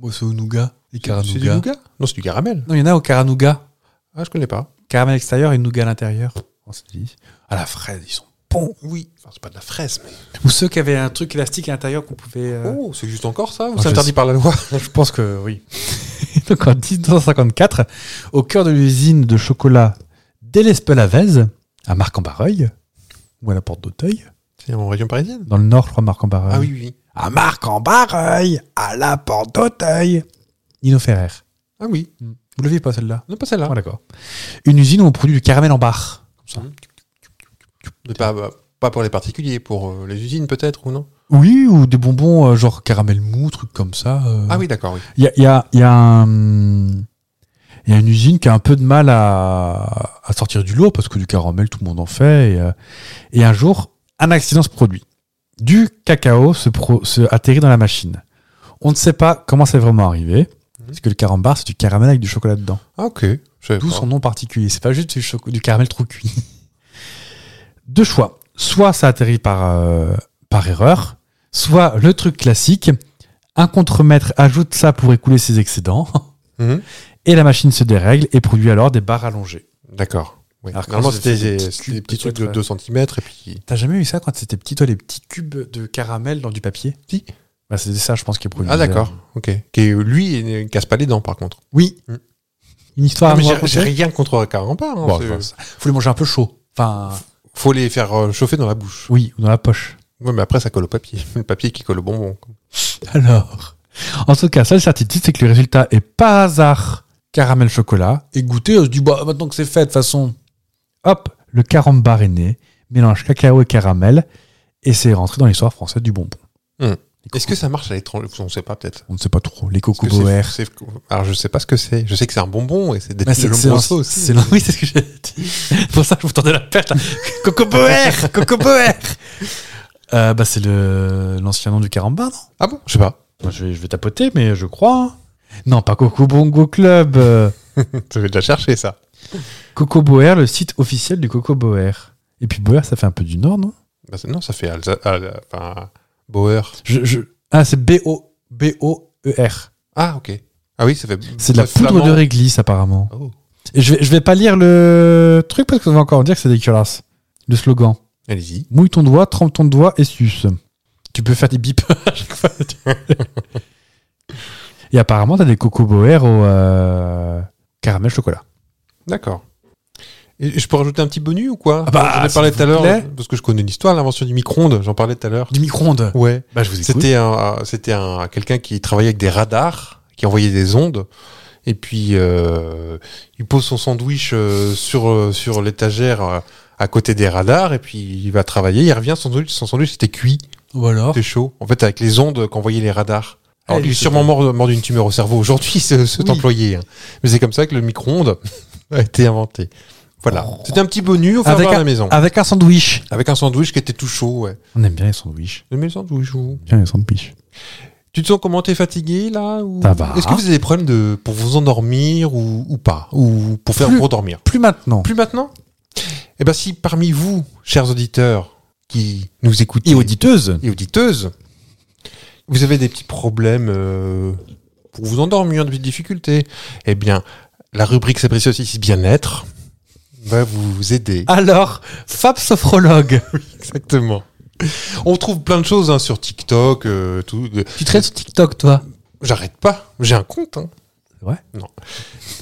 [SPEAKER 3] Moi c'est au nougat. Les
[SPEAKER 1] c'est du
[SPEAKER 3] caranougas.
[SPEAKER 1] nougat Non, c'est du caramel.
[SPEAKER 3] Non, il y en a au caranouga.
[SPEAKER 1] Ah, je connais pas.
[SPEAKER 3] Caramel extérieur et nougat à l'intérieur. On se dit. À la fraise, ils sont bons.
[SPEAKER 1] Oui. Enfin, c'est pas de la fraise, mais...
[SPEAKER 3] Ou ceux qui avaient un truc élastique à l'intérieur qu'on pouvait. euh,
[SPEAKER 1] Oh, c'est juste encore ça Ou
[SPEAKER 3] Ah, je
[SPEAKER 1] c'est interdit par la loi
[SPEAKER 3] Je pense que oui. Oh. Donc en 1954, au cœur de l'usine de chocolat d'Elespelavez, à Marc-en-Barreuil, ou à la porte d'Auteuil,
[SPEAKER 1] C'est en région parisienne
[SPEAKER 3] dans le nord, je crois, Marc-en-Barreuil.
[SPEAKER 1] Ah oui, oui.
[SPEAKER 3] À Marc-en-Barreuil, à la porte d'Auteuil. Nino Ferrer.
[SPEAKER 1] Ah oui.
[SPEAKER 3] Vous l'aviez pas celle-là
[SPEAKER 1] Non, pas celle-là.
[SPEAKER 3] Ah, d'accord. Une usine où on produit du caramel en barre.
[SPEAKER 1] Mais pas, bah, pas pour les particuliers, pour euh, les usines, peut-être, ou non
[SPEAKER 3] Oui, ou des bonbons euh, genre caramel mou, trucs comme ça. euh.
[SPEAKER 1] Ah oui, d'accord, oui.
[SPEAKER 3] Il y a, il y, a, il y, a un- il y a une usine qui a un peu de mal à, à sortir du lot parce que du caramel, tout le monde en fait. Et, euh, et un jour, un accident se produit. Du cacao se, pro- se atterrit dans la machine. On ne sait pas comment c'est vraiment arrivé. Parce que le carambar, c'est du caramel avec du chocolat dedans.
[SPEAKER 1] Ah, ok. Je savais
[SPEAKER 3] D'où
[SPEAKER 1] pas.
[SPEAKER 3] son nom particulier. C'est pas juste du, choco- du caramel trop cuit. Deux choix. Soit ça atterrit par, euh, par erreur, soit le truc classique. Un contremaître ajoute ça pour écouler ses excédents,
[SPEAKER 1] Mhm.
[SPEAKER 3] et la machine se dérègle et produit alors des barres allongées.
[SPEAKER 1] D'accord. Oui.
[SPEAKER 3] Alors,
[SPEAKER 1] Normalement,
[SPEAKER 3] quand c'est
[SPEAKER 1] c'était des,
[SPEAKER 3] des petits
[SPEAKER 1] c'était des
[SPEAKER 3] cubes,
[SPEAKER 1] petits trucs de
[SPEAKER 3] peut-être,
[SPEAKER 1] 2 cm, et puis...
[SPEAKER 3] T'as jamais eu ça quand c'était petit, toi, les petits cubes de caramel dans du papier
[SPEAKER 1] Si.
[SPEAKER 3] Bah, C'était ça, je pense, qui est produit.
[SPEAKER 1] Ah, d'accord, ok. Qui, lui, il ne casse pas les dents, par contre.
[SPEAKER 3] Oui.
[SPEAKER 1] Mhm.
[SPEAKER 3] Une histoire
[SPEAKER 1] Ah,
[SPEAKER 3] à
[SPEAKER 1] mais
[SPEAKER 3] nous
[SPEAKER 1] j'ai-
[SPEAKER 3] raconter
[SPEAKER 1] j'ai rien contre le carambar. hein,
[SPEAKER 3] Bon,
[SPEAKER 1] c'est-
[SPEAKER 3] enfin, Faut les manger un peu chaud. Enfin,
[SPEAKER 1] Faut les faire euh, chauffer dans la bouche.
[SPEAKER 3] oui, ou dans la poche.
[SPEAKER 1] Ouais, mais après, ça colle au papier. Le papier qui colle au bonbon. quoi.
[SPEAKER 3] Alors, en tout cas, seule certitude, c'est que le résultat est par hasard caramel chocolat. Et goûter, on se dit, bah, maintenant que c'est fait, de toute façon. Hop, le carambar est né, mélange cacao et caramel, et c'est rentré dans l'histoire française du bonbon.
[SPEAKER 1] Hmm.
[SPEAKER 3] Les
[SPEAKER 1] Est-ce
[SPEAKER 3] cocos-
[SPEAKER 1] que ça marche à l'étranger On ne sait pas, peut-être.
[SPEAKER 3] On ne sait pas trop, les
[SPEAKER 1] Parce que
[SPEAKER 3] cocos
[SPEAKER 1] c'est-
[SPEAKER 3] boer.
[SPEAKER 1] c'est- Alors, je sais pas ce que c'est. Je sais que c'est un bonbon et c'est des
[SPEAKER 3] Bah, c'est- c'est
[SPEAKER 1] lombroso
[SPEAKER 3] l'ancien-
[SPEAKER 1] aussi. hein.
[SPEAKER 3] c'est l'an- Oui, c'est ce que j'ai dit. C'est pour ça que je vous tendais la perte. Coco Boer Coco Boer Euh, bah, C'est le- l'ancien nom du carambar, non
[SPEAKER 1] Ah bon Je sais pas.
[SPEAKER 3] Moi, je, vais, je vais tapoter, mais je crois. hein. Non, pas Coco Bongo Club. euh,
[SPEAKER 1] Je vais déjà chercher ça.
[SPEAKER 3] Coco Boer, le site officiel du Coco Boer. Et puis Boer, ça fait un peu du Nord, non
[SPEAKER 1] Bah, c'est- non, ça fait Alsa... Al- Enfin, Bauer.
[SPEAKER 3] je, je- Ah, c'est B-O- B-O-E-R.
[SPEAKER 1] Ah, ok. Ah oui, ça fait.
[SPEAKER 3] E C'est de la
[SPEAKER 1] ça fait
[SPEAKER 3] poudre
[SPEAKER 1] flamand.
[SPEAKER 3] de réglisse, apparemment.
[SPEAKER 1] Oh.
[SPEAKER 3] Et je vais, je vais pas lire le truc parce que ça va encore dire que c'est dégueulasse. Le slogan.
[SPEAKER 1] Allez-y.
[SPEAKER 3] Mouille ton doigt, trempe ton doigt et suce. Tu peux faire des bips à chaque fois. et apparemment, t'as des Coco Boer au euh, caramel chocolat.
[SPEAKER 1] D'accord. Et je peux rajouter un petit bonus ou quoi
[SPEAKER 3] Ah bah,
[SPEAKER 1] J'en ai
[SPEAKER 3] s'il
[SPEAKER 1] parlé tout à
[SPEAKER 3] vous
[SPEAKER 1] l'heure,
[SPEAKER 3] plaît.
[SPEAKER 1] parce que je connais l'histoire, l'invention du micro-ondes, j'en parlais tout à l'heure.
[SPEAKER 3] Du micro-ondes.
[SPEAKER 1] Ouais.
[SPEAKER 3] Bah, je vous écoute.
[SPEAKER 1] C'était un, un- c'était un, quelqu'un qui travaillait avec des radars, qui envoyait des ondes. Et puis, euh, il pose son sandwich euh, sur, euh, sur l'étagère euh, à côté des radars. Et puis, il va travailler. Il revient, son sandwich, son sandwich c'était cuit,
[SPEAKER 3] Ou alors
[SPEAKER 1] c'était chaud. En fait, avec les ondes qu'envoyaient les radars. Alors,
[SPEAKER 3] Eh,
[SPEAKER 1] il est
[SPEAKER 3] je sais
[SPEAKER 1] sûrement mort, mort d'une tumeur au cerveau aujourd'hui, ce- cet
[SPEAKER 3] Oui.
[SPEAKER 1] employé. hein. Mais c'est comme ça que le micro-ondes a été inventé. Voilà. C'était un petit bonus offert
[SPEAKER 3] Oh. Avec
[SPEAKER 1] par
[SPEAKER 3] un- Ah.
[SPEAKER 1] la maison.
[SPEAKER 3] Avec un sandwich.
[SPEAKER 1] Avec un sandwich qui était tout chaud, ouais.
[SPEAKER 3] On aime bien les sandwichs.
[SPEAKER 1] J'aime le sandwich, vous.
[SPEAKER 3] Bien les sandwichs.
[SPEAKER 1] Tu te sens comment T'es fatigué là ou...
[SPEAKER 3] Ça va.
[SPEAKER 1] Est-ce que vous avez des problèmes de pour vous endormir ou, ou pas Ou pour faire
[SPEAKER 3] Plus-
[SPEAKER 1] pour dormir
[SPEAKER 3] Plus maintenant.
[SPEAKER 1] Plus maintenant Eh bien si parmi vous, chers auditeurs qui nous écoutez
[SPEAKER 3] Et auditeuse.
[SPEAKER 1] et auditeuses, vous avez des petits problèmes euh, pour vous endormir, des petites difficultés, eh bien la rubrique C'est précieux ici bien-être va vous aider.
[SPEAKER 3] Ah. Alors, Fab Sophrologue.
[SPEAKER 1] Exactement. On trouve plein de choses hein, sur TikTok, euh, tout, de-
[SPEAKER 3] Tu traites sur TikTok, toi
[SPEAKER 1] J'arrête pas. J'ai un compte. Hein.
[SPEAKER 3] C'est vrai
[SPEAKER 1] Non.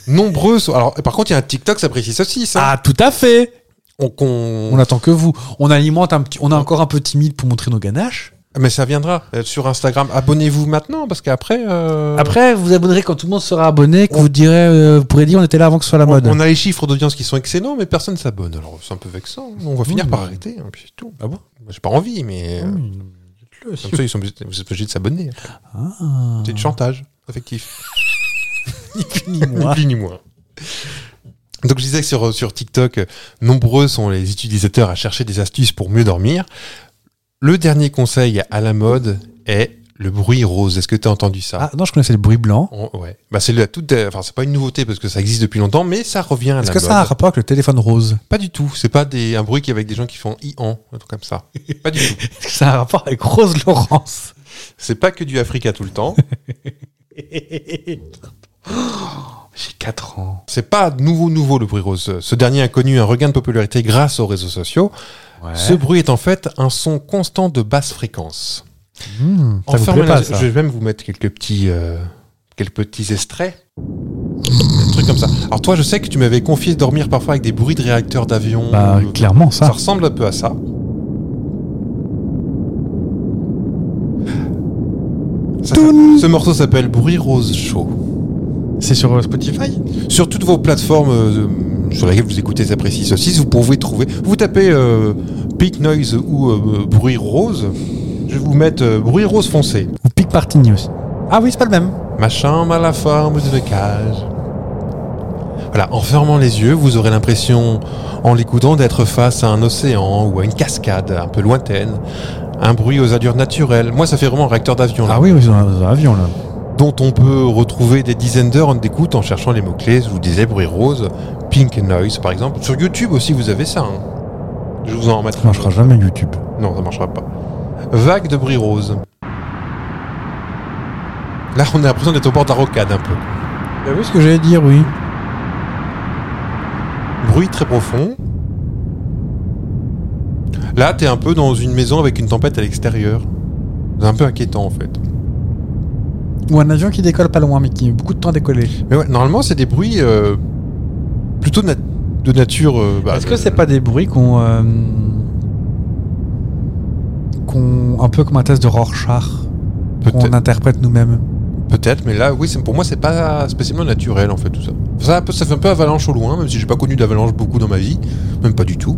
[SPEAKER 1] Nombreux sont. Alors, par contre, il y a un TikTok, ça précise aussi, ça.
[SPEAKER 3] Ah, tout à fait
[SPEAKER 1] On- qu'on-
[SPEAKER 3] On attend que vous. On alimente un petit. On est encore un peu timide pour montrer nos ganaches.
[SPEAKER 1] Mais ça viendra. Euh, Sur Instagram, abonnez-vous maintenant, parce qu'après. euh,
[SPEAKER 3] Après, vous vous abonnerez quand tout le monde sera abonné, que vous direz, euh, vous pourrez dire on était là avant que ce soit la
[SPEAKER 1] on,
[SPEAKER 3] mode.
[SPEAKER 1] on a les chiffres d'audience qui sont excellents, mais personne s'abonne. Alors, c'est un peu vexant. On va finir par arrêter. hein, puis c'est tout. Ah bon J'ai pas envie, mais. euh, Comme ça, ils sont obligés, vous êtes obligés de s'abonner. après.
[SPEAKER 3] Ah.
[SPEAKER 1] C'est du chantage affectif.
[SPEAKER 3] Ni plus ni
[SPEAKER 1] Ni plus ni moins. Donc je disais que sur, sur TikTok, euh, nombreux sont les utilisateurs à chercher des astuces pour mieux dormir. Le dernier conseil à la mode est le bruit rose. Est-ce que tu as entendu ça
[SPEAKER 3] Ah, non, je connaissais le bruit blanc.
[SPEAKER 1] On- Ouais. Bah c'est la toute. euh, Enfin c'est pas une nouveauté parce que ça existe depuis longtemps, mais ça revient à la
[SPEAKER 3] Est-ce que
[SPEAKER 1] mode.
[SPEAKER 3] ça a un rapport avec le téléphone rose
[SPEAKER 1] Pas du tout. C'est pas des, un bruit qui est avec des gens qui font i an, un truc comme ça. Pas du tout.
[SPEAKER 3] Est-ce que ça a un rapport avec Rose Laurence
[SPEAKER 1] C'est pas que du Africa tout le temps.
[SPEAKER 3] J'ai 4 ans.
[SPEAKER 1] C'est pas nouveau nouveau le bruit rose. Ce dernier a connu un regain de popularité grâce aux réseaux sociaux. Ce bruit est en fait un son constant de basse fréquence.
[SPEAKER 3] Mmh, ça vous
[SPEAKER 1] Enfin,
[SPEAKER 3] plaît
[SPEAKER 1] voilà,
[SPEAKER 3] pas,
[SPEAKER 1] je-
[SPEAKER 3] ça
[SPEAKER 1] Je vais même vous mettre quelques petits, euh, quelques petits extraits. Des trucs comme ça. Alors toi, je sais que tu m'avais confié de dormir parfois avec des bruits de réacteurs d'avion.
[SPEAKER 3] Bah,
[SPEAKER 1] Euh,
[SPEAKER 3] clairement,
[SPEAKER 1] ça
[SPEAKER 3] ça.
[SPEAKER 1] ressemble un peu à ça. Ça s'appelle- ce morceau s'appelle Bruit Rose Chaud.
[SPEAKER 3] C'est sur euh, Spotify
[SPEAKER 1] Sur toutes vos plateformes euh, sur lesquelles vous écoutez ça précise 6, vous pouvez trouver. Vous tapez euh, Pink Noise ou euh, Bruit Rose. Je vais vous mettre euh, Bruit Rose foncé.
[SPEAKER 3] Ou Pic Martini aussi. Ah oui, c'est pas le même.
[SPEAKER 1] Ma chambre à la forme d'une cage. Voilà, en fermant les yeux, vous aurez l'impression, en l'écoutant, d'être face à un océan ou à une cascade un peu lointaine. Un bruit aux allures naturelles. Moi, ça fait vraiment un réacteur d'avion. là
[SPEAKER 3] Ah oui, oui, c'est dans un- dans un avion, là.
[SPEAKER 1] dont on peut retrouver des dizaines d'heures d'écoute en cherchant les mots-clés, je vous disais bruit rose, pink noise par exemple. Sur YouTube aussi vous avez ça. hein. Je vous en remettrai.
[SPEAKER 3] Ça marchera jamais, YouTube.
[SPEAKER 1] Non, ça marchera pas. Vague de bruit rose. Là on a l'impression d'être au bord de la rocade un peu.
[SPEAKER 3] Bah oui, ce que j'allais dire, oui.
[SPEAKER 1] Bruit très profond. Là t'es un peu dans une maison avec une tempête à l'extérieur. C'est un peu inquiétant en fait.
[SPEAKER 3] Ou un avion qui décolle pas loin, mais qui a beaucoup de temps à décoller.
[SPEAKER 1] Mais ouais, normalement c'est des bruits euh, plutôt nat- de nature... euh, bah,
[SPEAKER 3] Est-ce que
[SPEAKER 1] euh,
[SPEAKER 3] c'est pas des bruits qu'on. euh, qu'on. un peu comme un test de Rorschach,
[SPEAKER 1] peut-être-
[SPEAKER 3] qu'on interprète nous-mêmes
[SPEAKER 1] Peut-être, mais là, oui, c'est- pour moi, c'est pas spécialement naturel, en fait, tout ça. Ça, un peu- ça fait un peu avalanche au loin, même si j'ai pas connu d'avalanche beaucoup dans ma vie. Même pas du tout.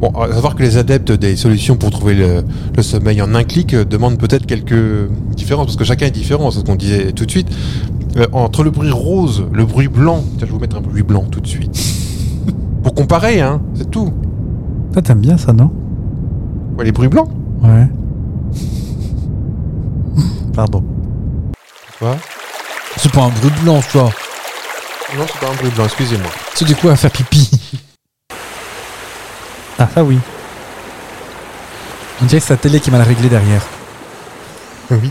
[SPEAKER 1] Bon, à savoir que les adeptes des solutions pour trouver le, le sommeil en un clic euh, demandent peut-être quelques différences, parce que chacun est différent, c'est ce qu'on disait tout de suite. Euh, entre le bruit rose, le bruit blanc, tiens, je vais vous mettre un bruit blanc tout de suite. pour comparer, hein, c'est tout.
[SPEAKER 3] Toi, t'aimes bien ça, non
[SPEAKER 1] Ouais, les bruits blancs,
[SPEAKER 3] Ouais. Pardon.
[SPEAKER 1] tu vois.
[SPEAKER 3] C'est pas un bruit blanc, toi.
[SPEAKER 1] Non, c'est pas un bruit blanc, excusez-moi.
[SPEAKER 3] C'est du coup à faire pipi. Ah, ça oui. On dirait que c'est la télé qui est mal réglée derrière.
[SPEAKER 1] Oui.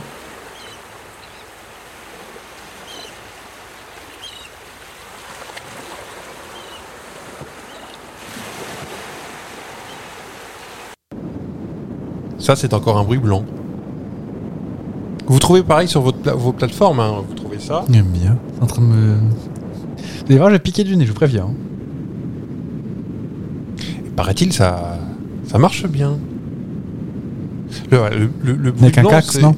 [SPEAKER 1] Ça, c'est encore un bruit blanc. Vous trouvez pareil sur votre pla- vos plateformes, hein, vous trouvez ça
[SPEAKER 3] J'aime bien. C'est en train de me. Vous allez voir, je vais piquer du nez, je vous préviens. hein.
[SPEAKER 1] Et Paraît-il, ça, ça marche bien. Le, le, le- le bruit
[SPEAKER 3] Avec un
[SPEAKER 1] blanc,
[SPEAKER 3] casque,
[SPEAKER 1] c'est-
[SPEAKER 3] non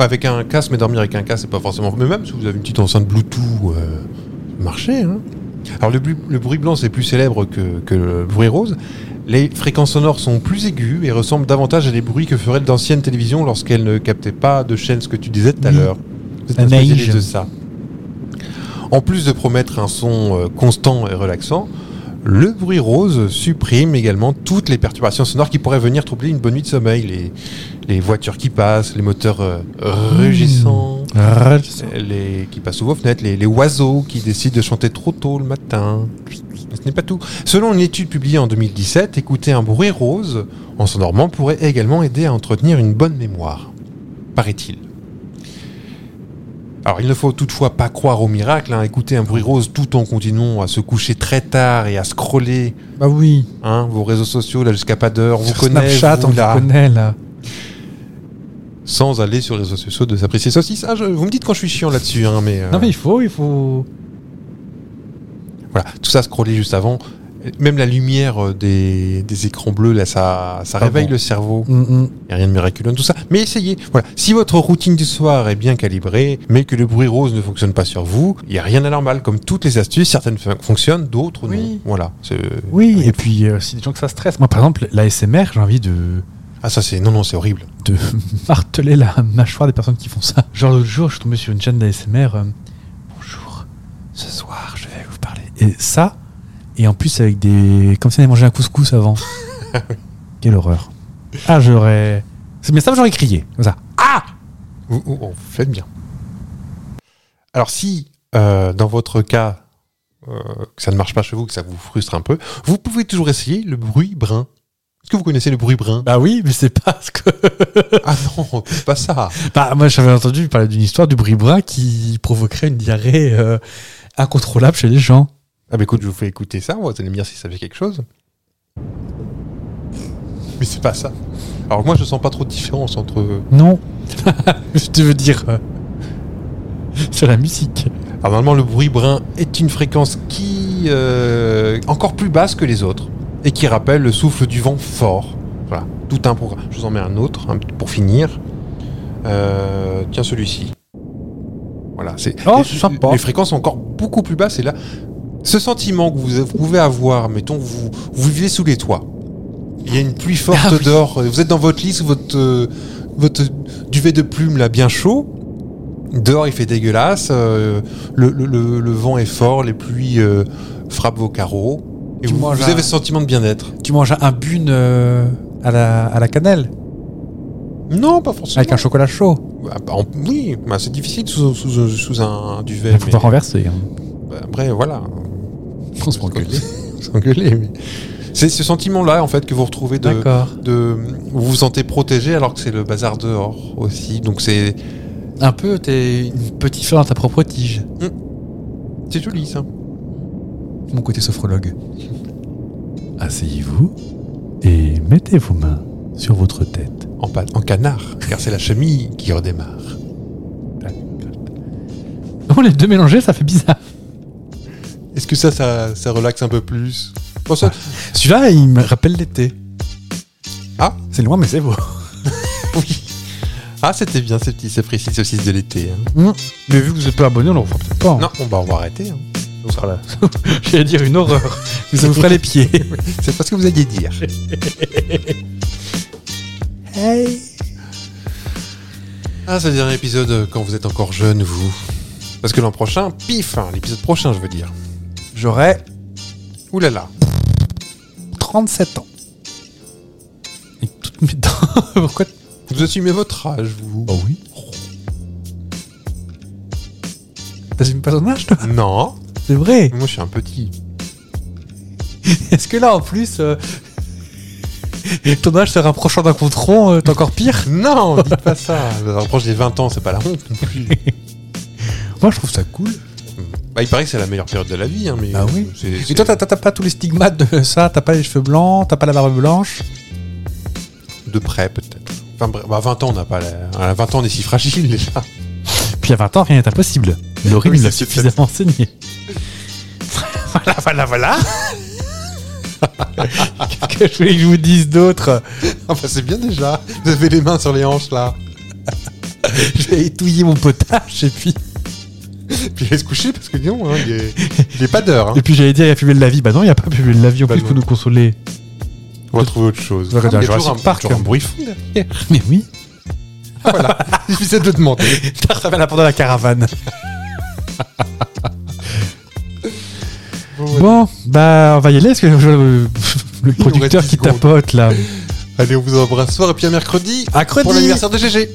[SPEAKER 1] Avec un casque, mais dormir avec un casque, c'est pas forcément. Mais même si vous avez une petite enceinte Bluetooth, euh, marchez. Hein. Alors le, blu- le bruit blanc, c'est plus célèbre que, que le bruit rose. Les fréquences sonores sont plus aiguës et ressemblent davantage à des bruits que feraient d'anciennes télévisions lorsqu'elles ne captaient pas de chaîne, ce que tu disais tout à
[SPEAKER 3] Oui.
[SPEAKER 1] l'heure. Vous êtes
[SPEAKER 3] Un
[SPEAKER 1] un spécialiste
[SPEAKER 3] age.
[SPEAKER 1] de ça. En plus de promettre un son euh, constant et relaxant, le bruit rose supprime également toutes les perturbations sonores qui pourraient venir troubler une bonne nuit de sommeil. Les, les voitures qui passent, les moteurs euh, rugissants, les, qui passent sous vos fenêtres, les, les oiseaux qui décident de chanter trop tôt le matin. Mais ce n'est pas tout. Selon une étude publiée en 2017, écouter un bruit rose en s'endormant pourrait également aider à entretenir une bonne mémoire, paraît-il. Alors il ne faut toutefois pas croire au miracle, hein. écouter un bruit rose tout en continuant à se coucher très tard et à scroller
[SPEAKER 3] Bah oui.
[SPEAKER 1] hein, vos réseaux sociaux là jusqu'à pas d'heure, vous
[SPEAKER 3] Sur
[SPEAKER 1] connaissez
[SPEAKER 3] Snapchat, on
[SPEAKER 1] vous, là,
[SPEAKER 3] vous connaît là.
[SPEAKER 1] sans aller sur les réseaux sociaux de s'apprécier saucisse. Ah, je- vous me dites quand je suis chiant là-dessus, hein, mais, euh,
[SPEAKER 3] Non mais il faut, il faut.
[SPEAKER 1] voilà, tout ça scroller juste avant. Même la lumière euh, des, des écrans bleus, là, ça, ça
[SPEAKER 3] Pas
[SPEAKER 1] réveille
[SPEAKER 3] Ah bon.
[SPEAKER 1] le cerveau.
[SPEAKER 3] Mm, mm.
[SPEAKER 1] Il n'y a rien de miraculeux dans tout ça. Mais essayez. Voilà. Si votre routine du soir est bien calibrée, mais que le bruit rose ne fonctionne pas sur vous, il n'y a rien d'anormal. Comme toutes les astuces, certaines fon- fonctionnent, d'autres non.
[SPEAKER 3] Oui.
[SPEAKER 1] Voilà. C'est-
[SPEAKER 3] Oui. Et puis euh, si des gens que ça stresse, moi par exemple l'ASMR, j'ai envie de
[SPEAKER 1] Ah, ça, c'est. Non, non, c'est horrible.
[SPEAKER 3] de marteler la mâchoire des personnes qui font ça. Genre l'autre jour, je suis tombé sur une chaîne d'ASMR. euh, Bonjour, ce soir, je vais vous parler. Et ça, et en plus avec des, comme si on avait mangé un couscous avant. Quelle horreur. Ah j'aurais. C'est- Mais ça, j'aurais crié. Comme ça.
[SPEAKER 1] Vous, vous- vous faites bien. Alors, si euh, dans votre cas, euh, que ça ne marche pas chez vous, que ça vous frustre un peu, vous pouvez toujours essayer le bruit brun. Est-ce que vous connaissez le bruit brun
[SPEAKER 3] Bah oui, mais c'est pas ce que.
[SPEAKER 1] Ah non, c'est pas ça.
[SPEAKER 3] Bah, moi, j'avais entendu parler d'une histoire du bribra qui provoquerait une diarrhée euh, incontrôlable chez les gens.
[SPEAKER 1] Ah bah écoute, je vous fais écouter ça, vous allez me dire si ça fait quelque chose. Mais c'est pas ça. Alors moi je sens pas trop de différence entre... euh,
[SPEAKER 3] Non. Je te veux dire. euh, c'est la musique.
[SPEAKER 1] Alors Ah, normalement le bruit brun est une fréquence qui... euh, encore plus basse que les autres, et qui rappelle le souffle du vent fort. Voilà, tout un programme. Je vous en mets un autre un petit- pour finir. Euh, tiens celui-ci. Voilà, c'est...
[SPEAKER 3] Oh,
[SPEAKER 1] les-
[SPEAKER 3] c'est sympa.
[SPEAKER 1] Les fréquences sont encore beaucoup plus basses, et là... Ce sentiment que vous pouvez avoir, mettons, vous, vous vivez sous les toits. Il y a une pluie forte
[SPEAKER 3] Ah oui.
[SPEAKER 1] dehors. Vous êtes dans votre lit sous votre, euh, votre duvet de plume là bien chaud. Dehors il fait dégueulasse. euh, le, le- le- le vent est fort, les pluies euh, frappent vos carreaux. Et
[SPEAKER 3] Tu
[SPEAKER 1] vous,
[SPEAKER 3] manges
[SPEAKER 1] vous
[SPEAKER 3] un-
[SPEAKER 1] avez ce sentiment de bien-être.
[SPEAKER 3] Tu manges un bune euh, à, la, à la cannelle
[SPEAKER 1] Non, pas forcément.
[SPEAKER 3] avec un chocolat chaud.
[SPEAKER 1] Ah, bah, en- oui, bah, c'est difficile sous, sous- sous un duvet.
[SPEAKER 3] Il faut
[SPEAKER 1] mais-
[SPEAKER 3] pas renverser. hein.
[SPEAKER 1] bah, après, voilà.
[SPEAKER 3] On se rengueule.
[SPEAKER 1] S'engueuler, mais- C'est ce sentiment-là, en fait, que vous retrouvez de,
[SPEAKER 3] D'accord.
[SPEAKER 1] de- vous vous sentez protégé alors que c'est le bazar dehors aussi. Donc c'est
[SPEAKER 3] Un peu, t'es une petite fleur dans ta propre tige.
[SPEAKER 1] c'est joli ça.
[SPEAKER 3] Mon côté sophrologue. Asseyez-vous et mettez vos mains sur votre tête.
[SPEAKER 1] En, pa- en canard, car c'est la chemille qui redémarre.
[SPEAKER 3] Oh, les deux mélangés, ça fait bizarre.
[SPEAKER 1] Est-ce que ça, ça, ça relaxe un peu plus Bon, ça-
[SPEAKER 3] Celui-là, il me rappelle l'été.
[SPEAKER 1] Ah.
[SPEAKER 3] C'est loin, mais c'est beau.
[SPEAKER 1] oui. Ah, c'était bien ces petits, ces précis saucisses de l'été. hein.
[SPEAKER 3] Mm. Mais vu que vous êtes pas abonné, on le refera peut-être pas.
[SPEAKER 1] Non, bon, bah, on va arrêter. hein.
[SPEAKER 3] J'allais dire une horreur. mais ça vous ferait les pieds.
[SPEAKER 1] C'est pas ce que vous alliez dire.
[SPEAKER 3] Hey.
[SPEAKER 1] Ah, ce dernier épisode, euh, quand vous êtes encore jeune, vous. Parce que l'an prochain, pif, hein, l'épisode prochain, je veux dire.
[SPEAKER 3] J'aurais
[SPEAKER 1] Ouh là là.
[SPEAKER 3] 37 ans. Et toutes mes dents. Pourquoi
[SPEAKER 1] Vous assumez votre âge, vous.
[SPEAKER 3] Oh oui. T'assumes pas ton âge, toi
[SPEAKER 1] Non,
[SPEAKER 3] C'est vrai.
[SPEAKER 1] moi je suis un petit.
[SPEAKER 3] Est-ce que là, en plus, euh, ton âge se rapprochant d'un contron, euh, t'es encore pire
[SPEAKER 1] Non, dites pas ça. Je me rapproche des 20 ans, c'est pas la honte non plus.
[SPEAKER 3] Moi, je trouve ça cool.
[SPEAKER 1] Bah, il paraît que c'est la meilleure période de la vie, hein, mais.
[SPEAKER 3] Ah oui.
[SPEAKER 1] c'est-
[SPEAKER 3] Et
[SPEAKER 1] c'est-
[SPEAKER 3] toi, t'as- t'as t'as pas tous les stigmates de ça, t'as pas les cheveux blancs, t'as pas la barbe blanche.
[SPEAKER 1] de près peut-être. Enfin, bref, bah, 20 ans, on n'a pas. La... À 20 ans, on est si fragile déjà.
[SPEAKER 3] Puis à 20 ans, rien n'est impossible. Laurie
[SPEAKER 1] Oui,
[SPEAKER 3] nous l'a
[SPEAKER 1] c'est
[SPEAKER 3] suffisamment enseigné. Voilà, voilà, voilà. Qu'est-ce que je voulais que je vous dise d'autre
[SPEAKER 1] Ah bah c'est bien déjà. Vous avez les mains sur les hanches là.
[SPEAKER 3] Je vais étouiller mon potage et puis.
[SPEAKER 1] Puis allez se coucher parce que non, hein, il, est... il est pas d'heure. hein.
[SPEAKER 3] Et puis j'allais dire, il y a publié de la vie. Bah non, il n'y a pas publié de la vie. En
[SPEAKER 1] Bah
[SPEAKER 3] plus,
[SPEAKER 1] non.
[SPEAKER 3] pour nous consoler.
[SPEAKER 1] On va trouver autre chose.
[SPEAKER 3] On va regarder
[SPEAKER 1] il y a
[SPEAKER 3] Jurassic
[SPEAKER 1] toujours un,
[SPEAKER 3] Park. hein.
[SPEAKER 1] toujours un bruit fou derrière.
[SPEAKER 3] Mais oui.
[SPEAKER 1] Difficile de demander.
[SPEAKER 3] T'as retrouvé la porte de la caravane. Bon, bah on va y aller. Est-ce que je vois le, le
[SPEAKER 1] Il nous reste
[SPEAKER 3] producteur
[SPEAKER 1] dix
[SPEAKER 3] qui
[SPEAKER 1] secondes.
[SPEAKER 3] tapote là
[SPEAKER 1] Allez, on vous embrasse fort et puis à mercredi
[SPEAKER 3] Mercredi.
[SPEAKER 1] pour l'anniversaire de GG.